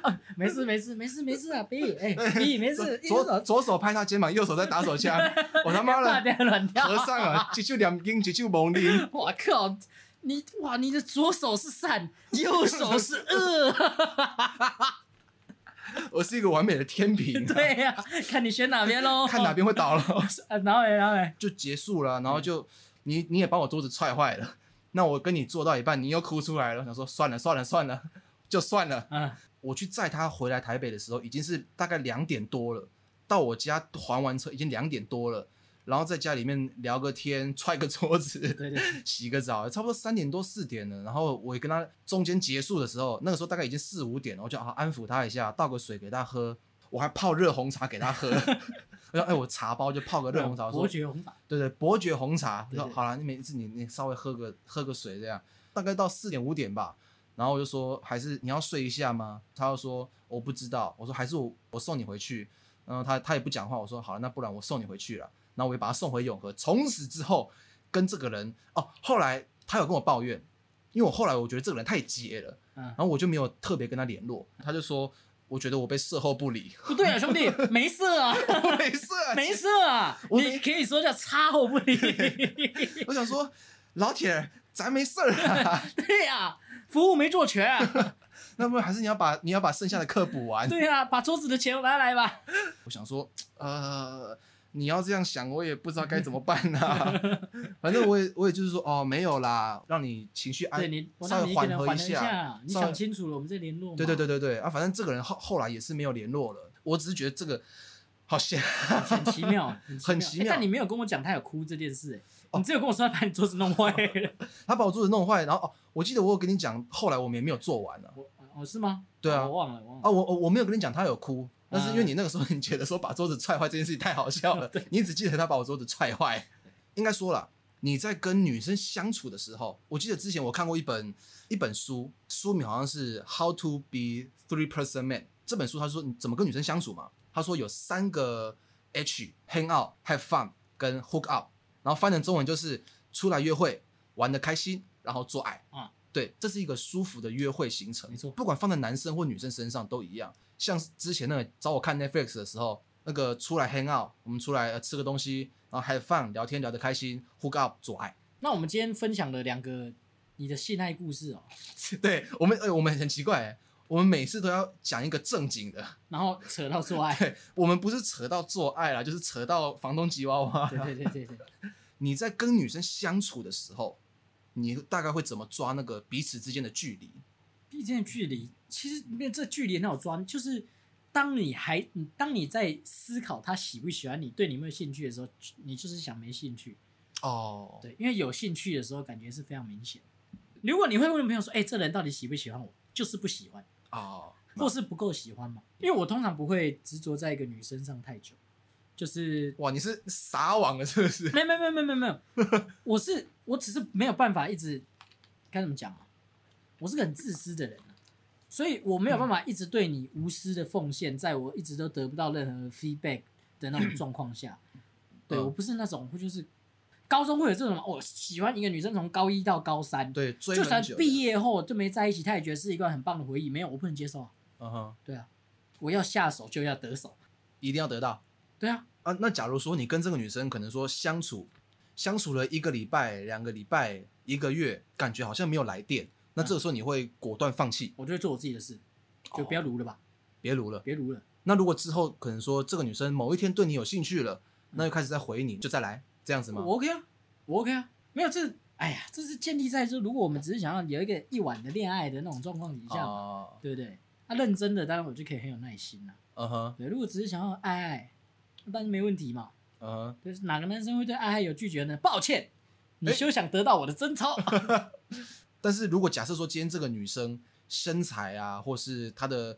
Speaker 2: 啊没事没事没事没事啊，B 哎 B 没事， 一只
Speaker 1: 左
Speaker 2: 手
Speaker 1: 左手拍他肩膀，右手在打手 枪，我他妈
Speaker 3: 怕
Speaker 1: 的
Speaker 3: 等下软掉。
Speaker 1: 和尚啊，一手两斤，一手蒙拎。
Speaker 2: 我靠！你哇，你的左手是 善，右手是恶，
Speaker 1: 我是一个完美的天平、啊，
Speaker 2: 对呀、看你选哪边喽。
Speaker 1: 看哪边会倒了
Speaker 2: 啊，然后嘞，然后嘞，
Speaker 1: 就结束了啊、
Speaker 2: 嗯
Speaker 1: 然后就你你也把我桌子踹坏了，那我跟你做到一半，你又哭出来了，想说算了算了算了，就算了。
Speaker 2: 嗯，
Speaker 1: 我去载他回来台北的时候，已经是大概两点多了，到我家还完车已经两点多了，然后在家里面聊个天，踹个桌子，
Speaker 2: 对对，
Speaker 1: 洗个澡，差不多三点多四点了。然后我也跟他中间结束的时候，那个时候大概已经四五点了，我就啊安抚他一下，倒个水给他喝，我还泡热红茶给他喝。 我说哎，我茶包就泡个热红茶，我说
Speaker 3: 伯爵红茶，
Speaker 1: 对对，伯爵红茶。我
Speaker 2: 对
Speaker 1: 说
Speaker 2: 对
Speaker 1: 好了，你每次你你稍微喝个喝个水这样，大概到四点五点吧。然后我就说还是你要睡一下吗？他就说我不知道。我说还是我我送你回去。然后他他也不讲话。我说好了，那不然我送你回去了。然后我也把他送回永和。从此之后跟这个人哦，后来他有跟我抱怨，因为我后来我觉得这个人太接了，
Speaker 2: 嗯
Speaker 1: 然后我就没有特别跟他联络。他就说我觉得我被事后不理，
Speaker 3: 不对啊，兄弟，
Speaker 2: 没事啊，
Speaker 1: 我没事啊，
Speaker 2: 没事啊，
Speaker 1: 我
Speaker 2: 你可以说叫插后 不理。
Speaker 1: 我想说老铁，咱没事儿、 啊。
Speaker 2: 对呀、服务没做 全啊，
Speaker 1: 那不然还是你要把你要把剩下的课补完。
Speaker 2: 对呀、把桌子的钱拿来吧。
Speaker 1: 我想说，呃，你要这样想，我也不知道该怎么办呐、 反正我也我也就是说，哦，没有啦，让你情绪安
Speaker 2: 对你，我
Speaker 1: 哎稍
Speaker 2: 让
Speaker 1: 微
Speaker 2: 你一个
Speaker 1: 缓
Speaker 2: 人
Speaker 1: 和
Speaker 2: 缓
Speaker 1: 一
Speaker 2: 一下，你
Speaker 1: 稍微
Speaker 2: 想清楚了，我们再联络嘛。
Speaker 1: 对对对对对啊，反正这个人后后来也是没有联络了。我只是觉得这个好闲，
Speaker 2: 很奇妙，
Speaker 1: 很
Speaker 2: 奇
Speaker 1: 奇
Speaker 2: 妙。
Speaker 1: 妙
Speaker 2: 欸但你没有跟我讲他有哭这件事，欸
Speaker 1: 哦
Speaker 2: 你只有跟我说他把你桌子弄坏了。
Speaker 1: 他把我桌子弄坏，然后哦，我记得我有跟你讲，后来我们也没有做完啊。
Speaker 2: 我哦是吗？
Speaker 1: 对啊
Speaker 2: 我忘了，我忘了。
Speaker 1: 啊，我我我没有跟你讲他有哭，但是因为
Speaker 2: 嗯
Speaker 1: 你那个时候 你觉得说把桌子踹坏这件事情太好 笑了，你只记得他把我桌子踹坏。应该说啦，你在跟女生相处的时候，我记得之前我看过一本一本书，书名好像是《How to Be Three Person Man》这本书，他说你怎么跟女生相处嘛？他说有三个 H：hang out、have fun 跟 hook up，然后翻成中文就是出来约会、玩的开心，然后做爱。
Speaker 2: 啊
Speaker 1: 对，这是一个舒服的约会行程，
Speaker 2: 没错
Speaker 1: 不管放在男生或女生身上都一样。像之前那个找我看 Netflix 的时候，那个出来 hang out，我们出来、呃、吃个东西，然后 have fun 聊天聊得开心，hook up 做爱。
Speaker 2: 那我们今天分享了两个你的性爱故事哦，
Speaker 1: 对我们，呃，我们很奇怪、欸，我们每次都要讲一个正经的，
Speaker 2: 然后扯到做爱。
Speaker 1: 对我们不是扯到做爱啦，就是扯到房东吉娃娃。
Speaker 2: 对对对对对，
Speaker 1: 你在跟女生相处的时候，你大概会怎么抓那个彼此之间的距离？
Speaker 2: 毕竟距离，其实没有这距离很好抓，就是当你还你当你在思考他喜不喜欢你，对你有没有兴趣的时候，你就是想没兴趣。
Speaker 1: 哦，
Speaker 2: 对，因为有兴趣的时候，感觉是非常明显。如果你会问朋友说：“哎、这人到底喜不喜欢我？”就是不喜欢，
Speaker 1: 哦，
Speaker 2: 或是不够喜欢嘛。因为我通常不会执着在一个女生上太久，就是
Speaker 1: 哇，你是撒网了是不是？
Speaker 2: 没有没有没有没有没有没有，我是我只是没有办法一直该怎么讲啊？我是个很自私的人、啊，所以我没有办法一直对你无私的奉献，在我一直都得不到任何 feedback 的那种状况 下，对
Speaker 1: 嗯
Speaker 2: 我不是那种会就是高中会有这种哦，喜欢一个女生从高一到高三，
Speaker 1: 对，追
Speaker 2: 就算
Speaker 1: 很久的
Speaker 2: 毕，业后就没在一起，她也觉得是一个很棒的回忆，没有我不能接受啊，
Speaker 1: 嗯哼，
Speaker 2: 对啊，我要下手就要得手，
Speaker 1: 一定要得到
Speaker 2: 对啊，
Speaker 1: 啊。那假如说你跟这个女生可能说相处相处了一个礼拜、两个礼拜、一个月，感觉好像没有来电，那这个时候你会果断放弃，
Speaker 2: 我就会做我自己的事，就
Speaker 1: 哦
Speaker 2: 不要撸了吧，
Speaker 1: 别撸了。
Speaker 2: 别撸了。
Speaker 1: 那如果之后可能说这个女生某一天对你有兴趣了，那就开始再回你，就再来这样子吗？
Speaker 2: 我 OK 啊，我 OK 啊，没有这，哎呀，这是建立在就如果我们只是想要有一个一晚的恋爱的那种状况底下，
Speaker 1: 哦，
Speaker 2: 对不对？那、认真的，当然我就可以很有耐心啦、
Speaker 1: 嗯哼，
Speaker 2: 对，如果只是想要爱爱，那当然没问题嘛。
Speaker 1: 嗯哼。
Speaker 2: 就是哪个男生会对爱爱有拒绝呢？抱歉，你
Speaker 1: 哎
Speaker 2: 休想得到我的贞操。
Speaker 1: 但是如果假设说今天这个女生身材啊，或是她的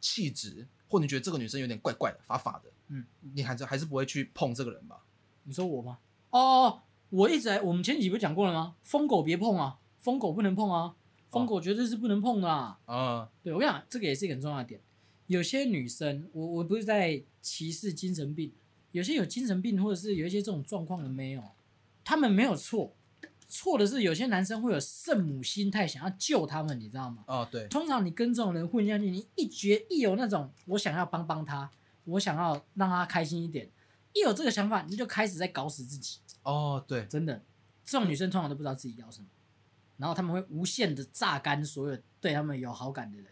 Speaker 1: 气质，或你觉得这个女生有点怪怪的、法法的，
Speaker 2: 嗯，
Speaker 1: 你还是还是不会去碰这个人吧？
Speaker 2: 你说我吗？哦，我一直在，我们前几集不是讲过了吗？疯狗别碰啊，疯狗不能碰啊，疯狗绝对是不能碰的、啊。
Speaker 1: 啊、
Speaker 2: 对我跟你讲，这个也是一个很重要的点。有些女生，我我不是在歧视精神病，有些有精神病或者是有一些这种状况的没有，他们没有错，错的是有些男生会有圣母心态，想要救他们，你知道吗？
Speaker 1: 哦，对，
Speaker 2: 通常你跟这种人混下去，你一觉一有那种我想要帮帮他，我想要让他开心一点，一有这个想法，你就开始在搞死自己。
Speaker 1: 哦，对，
Speaker 2: 真的，这种女生通常都不知道自己要什么，然后他们会无限的榨干所有对他们有好感的人，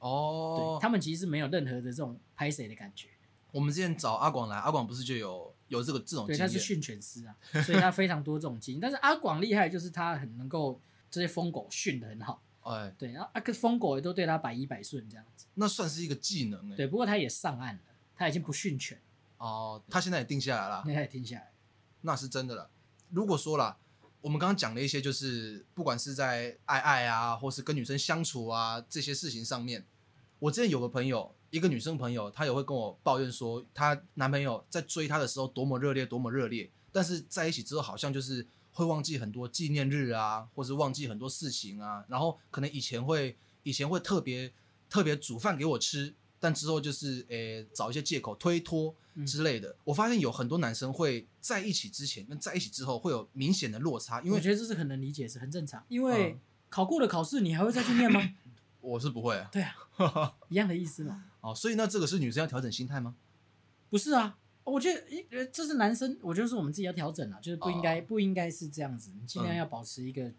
Speaker 1: 哦
Speaker 2: 对，他们其实是没有任何的这种拍谁的感觉，
Speaker 1: 我们之前找阿广来，阿广不是就有有这个这种
Speaker 2: 对，
Speaker 1: 经
Speaker 2: 他是
Speaker 1: 验？
Speaker 2: 训犬师啊，所以他非常多这种经验。但是阿广厉害的就是他很能够呃这些疯狗训得很好，
Speaker 1: 哎，
Speaker 2: 对，然后啊，可是疯狗也都对他百依百顺这样子，
Speaker 1: 那算是一个技能哎。
Speaker 2: 对，不过他也上岸了，他已经不训犬，
Speaker 1: 哦，他现在也定下来了，
Speaker 2: 那他也停下来了，
Speaker 1: 那是真的了。如果说啦，我们刚刚讲了一些，就是不管是在爱爱啊，或是跟女生相处啊这些事情上面，我之前有个朋友，一个女生朋友，她也会跟我抱怨说，她男朋友在追她的时候多么热烈，多么热烈，但是在一起之后好像就是会忘记很多纪念日啊，或是忘记很多事情啊，然后可能以前会以前会特别特别煮饭给我吃，但之后就是诶、找一些借口推脱
Speaker 2: 嗯
Speaker 1: 之类的。我发现有很多男生会在一起之前跟在一起之后会有明显的落差，因
Speaker 2: 我
Speaker 1: 为
Speaker 2: 觉得这是很能理解，是很正常，因为
Speaker 1: 嗯
Speaker 2: 考过的考试你还会再去念吗？
Speaker 1: 我是不会啊。
Speaker 2: 对啊，一样的意思嘛。
Speaker 1: 哦，所以那这个是女生要调整心态吗？
Speaker 2: 不是啊，我觉得诶呃这是男生，我觉得是我们自己要调整啊，就是不应该、
Speaker 1: 哦
Speaker 2: 不应该是这样子，你尽量
Speaker 1: 嗯
Speaker 2: 要保持一个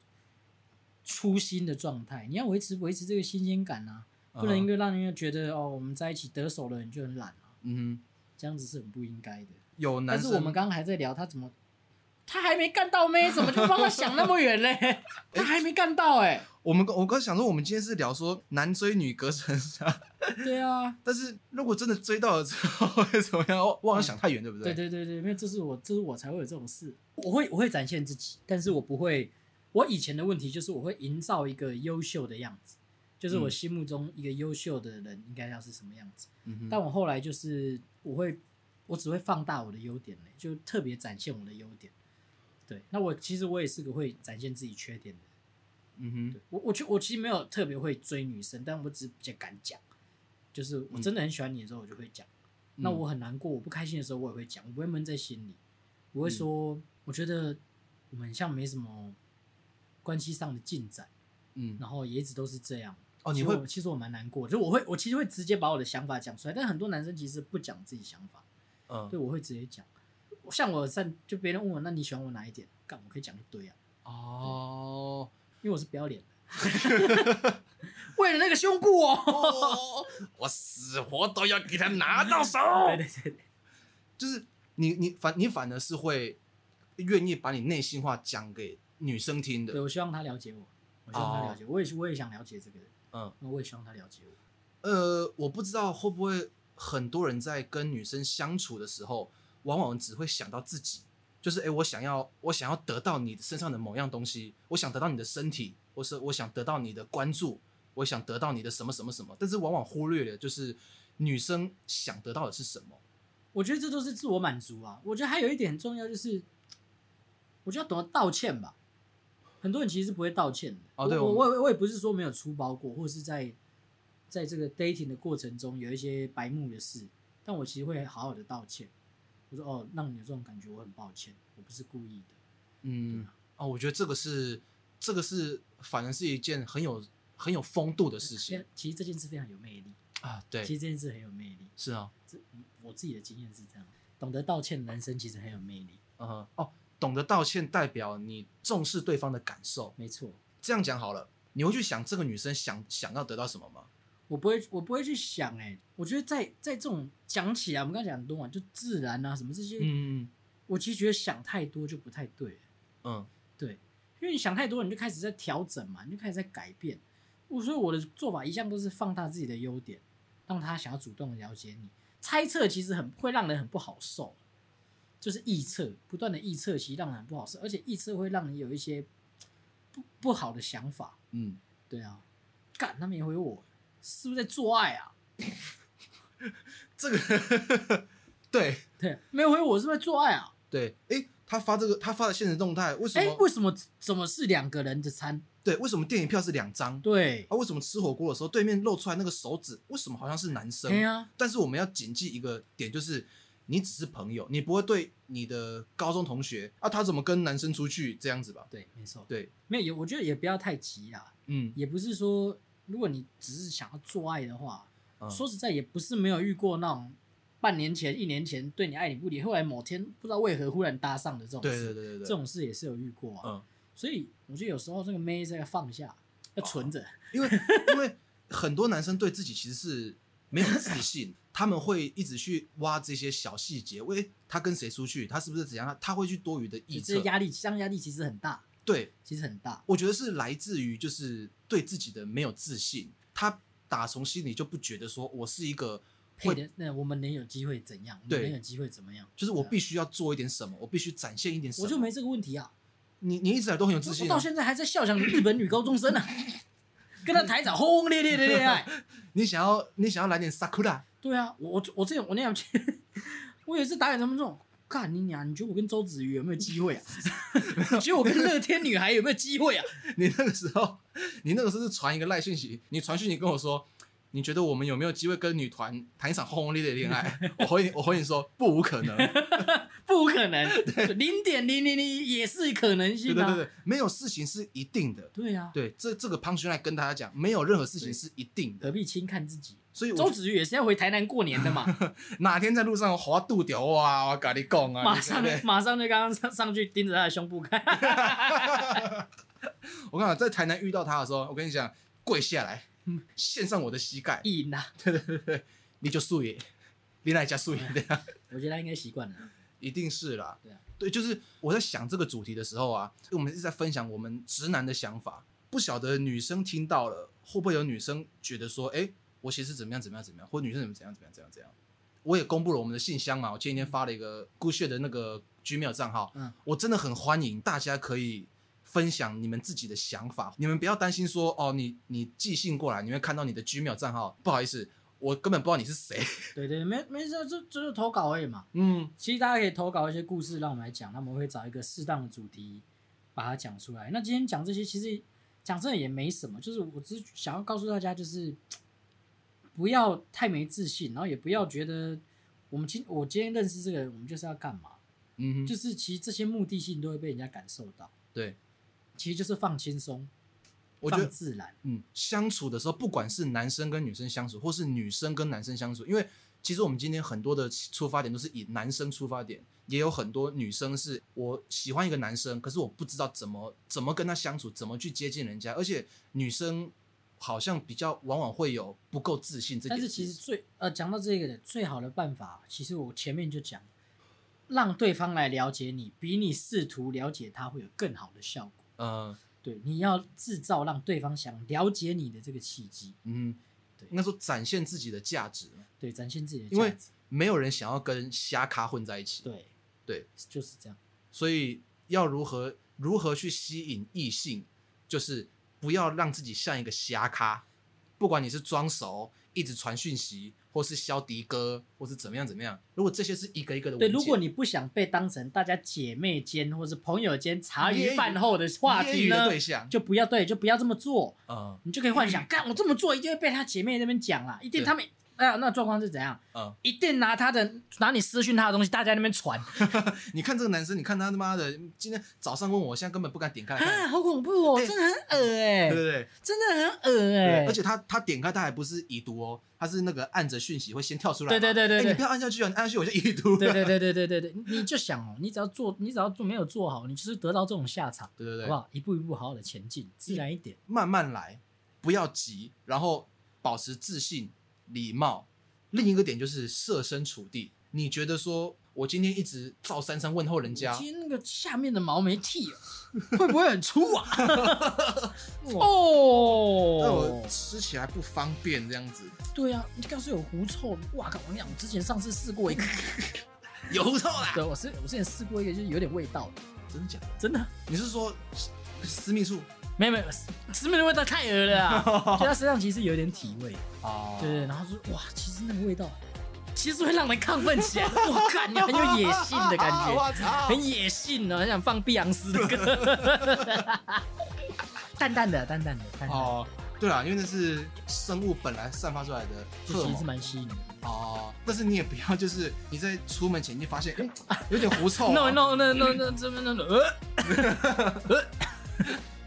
Speaker 2: 初心的状态，你要维持维持这个新鲜感啊，
Speaker 1: 哦
Speaker 2: 不
Speaker 1: 嗯
Speaker 2: 能因为让人家觉得哦我们在一起得手了你就很懒啊，
Speaker 1: 嗯哼，
Speaker 2: 这样子是很不应该的。
Speaker 1: 有男
Speaker 2: 但
Speaker 1: 生，
Speaker 2: 是我们刚刚还在聊他怎么。他还没干到妹，怎么就帮他想那么远嘞？他还没干到哎、
Speaker 1: 我们我刚想说，我们今天是聊说男追女隔层纱，
Speaker 2: 对啊，
Speaker 1: 但是如果真的追到了之后会怎么样？我我好像想太远，对不
Speaker 2: 嗯对
Speaker 1: 对？
Speaker 2: 对对对，因为这是我，这是我才会有这种事。我会我会展现自己，但是我不会。我以前的问题就是我会营造一个优秀的样子，就是我
Speaker 1: 嗯
Speaker 2: 心目中一个优秀的人应该要是什么样子。
Speaker 1: 嗯哼，
Speaker 2: 但我后来就是我会，我只会放大我的优点嘞，就特别展现我的优点。对，那我其实我也是个会展现自己缺点的人。
Speaker 1: 嗯哼，
Speaker 2: 我我其我其实没有特别会追女生，但我只是比较敢讲，就是我真的很喜欢你的时候，我就会讲。那
Speaker 1: 嗯
Speaker 2: 我很难过，我不开心的时候我也会讲，我不会闷在心里，我会
Speaker 1: 嗯
Speaker 2: 说，我觉得我们像没什么关系上的进展，
Speaker 1: 嗯
Speaker 2: 然后也一直都是这样。
Speaker 1: 哦，你
Speaker 2: 其实
Speaker 1: 会
Speaker 2: 我其实我蛮难过，就我会我其实会直接把我的想法讲出来，但很多男生其实不讲自己想法，对
Speaker 1: 嗯
Speaker 2: 我会直接讲。像我上就别人问我，那你喜欢我哪一点？干，我可以讲一堆啊，
Speaker 1: 哦
Speaker 2: 因为我是不要脸的。 为了那个胸部哦，
Speaker 1: 哦，我死活都要给他拿到手。
Speaker 2: 对对对对，
Speaker 1: 就是你你反你反而是会愿意把你内心话讲给女生听
Speaker 2: 对
Speaker 1: 的，
Speaker 2: 我希望他了解我，我希望他了解我，我也是我也想了解这个人，
Speaker 1: 哦嗯。
Speaker 2: 那我也希望他了解我。
Speaker 1: 呃，我不知道会不会很多人在跟女生相处的时候，往往只会想到自己，就是诶，我想要我想要得到你身上的某样东西，我想得到你的身体，或是我想得到你的关注，我想得到你的什么什么什么，但是往往忽略了就是女生想得到的是什么。
Speaker 2: 我觉得这都是自我满足啊。我觉得还有一点很重要就是，我觉得要懂得道歉吧。很多人其实是不会道歉的。
Speaker 1: 哦对
Speaker 2: 我
Speaker 1: 我
Speaker 2: 我我也我也不是说没有出包过，或是在在这个 dating 的过程中有一些白目的事，但我其实会好好的道歉。我说哦，让你有这种感觉，我很抱歉，我不是故意的。
Speaker 1: 嗯，哦，我觉得这个是这个是反而是一件很有很有风度的事
Speaker 2: 其
Speaker 1: 情
Speaker 2: 实其实这件事非常有魅力，
Speaker 1: 啊，
Speaker 2: 其
Speaker 1: 对，
Speaker 2: 实这件事很有魅力。
Speaker 1: 是啊，
Speaker 2: 这我自己的经验是这样，懂得道歉的男生其实很有魅力。
Speaker 1: 嗯哼，哦，懂得道歉代表你重视对方的感受。
Speaker 2: 没错，
Speaker 1: 这样讲好了，你会去想这个女生想想要得到什么吗？
Speaker 2: 我不会，我不会去想、欸。哎，我觉得在在这种讲起来，我们刚才讲很多嘛，就自然啊什么这些，
Speaker 1: 嗯
Speaker 2: 我其实觉得想太多就不太对了，
Speaker 1: 嗯
Speaker 2: 对，因为你想太多，你就开始在调整嘛，你就开始在改变。我所以我的做法一向都是放大自己的优点，让他想要主动的了解你。猜测其实很会让人很不好受，就是臆测，不断的臆测其实让人很不好受，而且臆测会让你有一些不不好的想法。
Speaker 1: 嗯
Speaker 2: 对啊，干他没回我，是不是在做爱啊？
Speaker 1: 这个 对
Speaker 2: 对， 没有回我是不是在做爱啊？
Speaker 1: 对，诶，他发这个他发的现实动态，为什
Speaker 2: 哎、
Speaker 1: 么？
Speaker 2: 为什么怎么是两个人的餐？
Speaker 1: 对，为什么电影票是两张？
Speaker 2: 对，
Speaker 1: 啊，为什么吃火锅的时候对面露出来那个手指，为什么好像是男生？
Speaker 2: 对啊，
Speaker 1: 但是我们要谨记一个点，就是你只是朋友，你不会对你的高中同学啊，他怎么跟男生出去这样子吧？
Speaker 4: 对，没错，
Speaker 1: 对，
Speaker 2: 没有，也我觉得也不要太急啦，
Speaker 1: 嗯，
Speaker 2: 也不是说如果你只是想要做爱的话，
Speaker 1: 嗯
Speaker 2: 说实在也不是没有遇过那种半年前、一年前对你爱理不理，后来某天不知道为何忽然搭上的这种事，
Speaker 1: 对对对对对，
Speaker 2: 这种事也是有遇过啊。
Speaker 1: 嗯，
Speaker 2: 所以我觉得有时候这个妹这个放下，要存着，
Speaker 1: 因为 因为很多男生对自己其实是没有自信，他们会一直去挖这些小细节，喂，他跟谁出去，他是不是怎样，他他会去多余的
Speaker 2: 你
Speaker 1: 臆
Speaker 2: 这
Speaker 1: 测。
Speaker 2: 压力，这样压力其实很大，
Speaker 1: 对，
Speaker 2: 其实很大。
Speaker 1: 我觉得是来自于就是对自己的没有自信，他打从心里就不觉得说我是一个
Speaker 2: 配
Speaker 1: 会
Speaker 2: 的那我们能有机会怎样？我
Speaker 1: 对
Speaker 2: 们能有机会怎么样？
Speaker 1: 就是我
Speaker 2: 对啊
Speaker 1: 必须要做一点什么，我必须展现一点什么。
Speaker 2: 我就没这个问题啊，
Speaker 1: 你，你一直以来都很有自
Speaker 2: 我
Speaker 1: 信、啊
Speaker 2: 到。现在还在笑想日本女高中生啊， 跟她台长轰轰烈烈的恋 爱。
Speaker 1: 你想要你想要来点 sakura，
Speaker 2: 对啊，我我我之前我那样去， 我有一次打给他们这种，干你娘！你觉得我跟周子瑜有没有机会啊？ 你觉得我跟乐天女孩有没有机会啊？
Speaker 1: 你那个时候你那个时候是传一个赖讯息，你传讯息跟我说，你觉得我们有没有机会跟女团谈一场轰轰烈烈的恋爱？ 我回你我回你说不无可能，
Speaker 2: 不 可能，零点零零零也是可能性
Speaker 1: 对
Speaker 2: 啊。
Speaker 1: 对对对，没有事情是一定的。
Speaker 2: 对啊，
Speaker 1: 对，这这个胖兄来跟大家讲，没有任何事情是一定的，
Speaker 2: 何必轻看自己？
Speaker 1: 所以我
Speaker 2: 周子瑜也是要回台南过年的嘛，
Speaker 1: 哪天在路上滑肚屌哇，我跟你讲 啊，
Speaker 2: 马
Speaker 1: 你
Speaker 2: 上
Speaker 1: 对不对
Speaker 2: 马上就刚刚上上去盯着他的胸部 看，
Speaker 1: 我跟你讲，在台南遇到他的时候，我跟你讲，跪下来，
Speaker 2: 嗯
Speaker 1: 献上我的膝盖，
Speaker 2: 瘾啊！
Speaker 1: 对对对对，你就素颜，你来加素颜的。
Speaker 2: 我觉得他应该习惯了。
Speaker 1: 一定是啦。
Speaker 2: 对啊
Speaker 1: 就是我在想这个主题的时候啊，因为我们一直在分享我们直男的想法，不晓得女生听到了会不会有女生觉得说，哎、我其实怎么样怎么样怎么样，或女生怎么怎么样怎么样怎么样怎么样。我也公布了我们的信箱嘛，我前几天发了一个孤血的那个 Gmail 账号，
Speaker 2: 嗯，
Speaker 1: 我真的很欢迎大家可以分享你们自己的想法，你们不要担心说哦，你你寄信过来，你会看到你的 Gmail 账号，不好意思，我根本不知道你是谁，
Speaker 2: 对对，对没没事，就就是投稿而已嘛。
Speaker 1: 嗯，
Speaker 2: 其实大家可以投稿一些故事让我们来讲，那我们会找一个适当的主题把它讲出来。那今天讲这些，其实讲真的也没什么，就是我只是想要告诉大家，就是不要太没自信，然后也不要觉得我们今我今天认识这个人，我们就是要干嘛？
Speaker 1: 嗯哼，
Speaker 2: 就是其实这些目的性都会被人家感受到，
Speaker 1: 对，
Speaker 2: 其实就是放轻松，
Speaker 1: 我觉得
Speaker 2: 放自然。
Speaker 1: 嗯，相处的时候，不管是男生跟女生相处，或是女生跟男生相处，因为其实我们今天很多的出发点都是以男生出发点，也有很多女生是我喜欢一个男生，可是我不知道怎么怎么跟他相处，怎么去接近人家，而且女生好像比较往往会有不够自信这点
Speaker 2: 但
Speaker 1: 事
Speaker 2: 是
Speaker 1: 情。
Speaker 2: 其实最呃讲到这个的最好的办法，其实我前面就讲，让对方来了解你，比你试图了解他会有更好的效果。
Speaker 1: 呃，
Speaker 2: 对，你要制造让对方想了解你的这个契机，
Speaker 1: 嗯
Speaker 2: 对，
Speaker 1: 应该说展现自己的价值，
Speaker 2: 对，展现自己的
Speaker 1: 因为
Speaker 2: 价值。
Speaker 1: 没有人想要跟瞎咖混在一起。
Speaker 2: 对
Speaker 1: 对，
Speaker 2: 就是这样。
Speaker 1: 所以要如何如何去吸引异性，就是不要让自己像一个瞎咖，不管你是装熟，一直传讯息，或是消迪哥，或是怎么样怎么样。如果这些是一个一个的文
Speaker 2: 对，
Speaker 1: 件，
Speaker 2: 如果你不想被当成大家姐妹间或是朋友间茶余
Speaker 1: 揶揄
Speaker 2: 饭后的话
Speaker 1: 揶揄
Speaker 2: 题
Speaker 1: 的
Speaker 2: 呢，
Speaker 1: 对象，
Speaker 2: 就不要对，就不要这么做。
Speaker 1: 嗯
Speaker 2: 你就可以幻想，干我这么做一定会被他姐妹那边讲啊啦，一定
Speaker 1: 对
Speaker 2: 他们哎那那状况是怎样？
Speaker 1: 嗯，
Speaker 2: 一定拿他的拿你私讯他的东西，大家在那边传
Speaker 1: 你看这个男生，你看他他妈的，今天早上问我，我现在根本不敢点开来
Speaker 2: 啊，
Speaker 1: 看，
Speaker 2: 好恐怖哦，
Speaker 1: 哎
Speaker 2: 真的很恶
Speaker 1: 对
Speaker 2: 哎、
Speaker 1: 不对？
Speaker 2: 真的很恶哎、
Speaker 1: 对，而且他他点开他还不是已读哦，他是那个按着讯息会先跳出来嘛，
Speaker 2: 对对对对
Speaker 1: 哎
Speaker 2: 对
Speaker 1: 你不要按下去啊，你按下去我就已读了，
Speaker 2: 对对对对对对对，你就想哦，你只要做，你只要做没有做好，你就是得到这种下场，
Speaker 1: 对对对
Speaker 2: 好不，好？一步一步好好的前进，自然一点。
Speaker 1: 慢慢来，不要急，然后保持自信、礼貌。另一个点就是设身处地，你觉得说我今天一直照三三问候人
Speaker 2: 我
Speaker 1: 家，
Speaker 2: 今天那个下面的毛没剃 哦，会不会很粗啊？哦，
Speaker 1: 那我吃起来不方便这样子，
Speaker 2: 对啊，你告诉我有狐臭，哇靠！我跟你讲，我之前上次试过一个，
Speaker 1: 油臭啦，
Speaker 2: 对，我是我之前试过一个，就是有点味道的，
Speaker 1: 真的假的？
Speaker 2: 真的，
Speaker 1: 你是说私私密处？
Speaker 2: 没有没有，吃面的味道太恶了 啊！就它身上其实有点体味，
Speaker 1: 哦
Speaker 2: 对对，然后说哇，其实那个味道， 其实会让人亢奋起来， 我靠，你很有野性的感 觉，
Speaker 1: 我哦操！
Speaker 2: 很野性哦呢、很想 放碧昂斯的歌，淡淡的，淡淡的，淡淡的，
Speaker 1: 哦，对啦，因为那是生物本来散发出来的
Speaker 2: 这
Speaker 1: 荷尔
Speaker 2: 其实是
Speaker 1: 蒙
Speaker 2: 蛮吸引人的。。
Speaker 1: 哦。但是你也不要就是你在出门前就发现，哎，有点狐臭
Speaker 2: no
Speaker 1: 啊。
Speaker 2: no no no no 这边那种呃，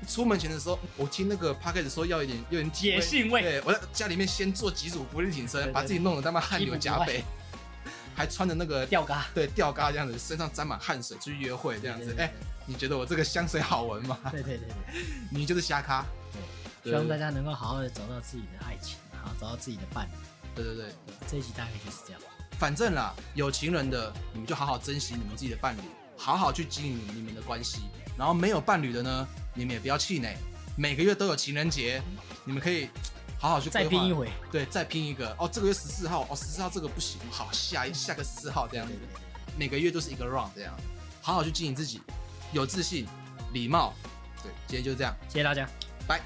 Speaker 1: 出门前的时候，我听那个 p a c k e 说要一点有点体
Speaker 2: 野性味
Speaker 1: 对我在家里面先做几组不力挺
Speaker 2: 对
Speaker 1: 身，
Speaker 2: 对
Speaker 1: 把自己弄得他妈汗流浃背， 还穿着那个
Speaker 2: 吊嘎
Speaker 1: 对吊嘎这样子，身上沾满汗水去约会这样子。哎，你觉得我这个香水好闻吗？
Speaker 2: 对对对对，
Speaker 1: 你就是瞎咖。
Speaker 2: 希望大家能够好好的找到自己的爱情，然后找到自己的伴侣。
Speaker 1: 对对对，
Speaker 2: 这一集大概就是这样。
Speaker 1: 反正啦，有情人的你们就好好珍惜你们自己的伴侣，好好去经营你们的关系。然后没有伴侣的呢，你们也不要气馁，每个月都有情人节，你们可以好好去规
Speaker 2: 再
Speaker 1: 划
Speaker 2: 拼一回，
Speaker 1: 对，再拼一个哦，这个月十四号，哦，十四号这个不行，好，下一下个十四号这样子，每个月都是一个 round 这样，好好去经营自己，有自信，礼貌，对，今天就这样，
Speaker 2: 谢谢大家。
Speaker 1: 拜。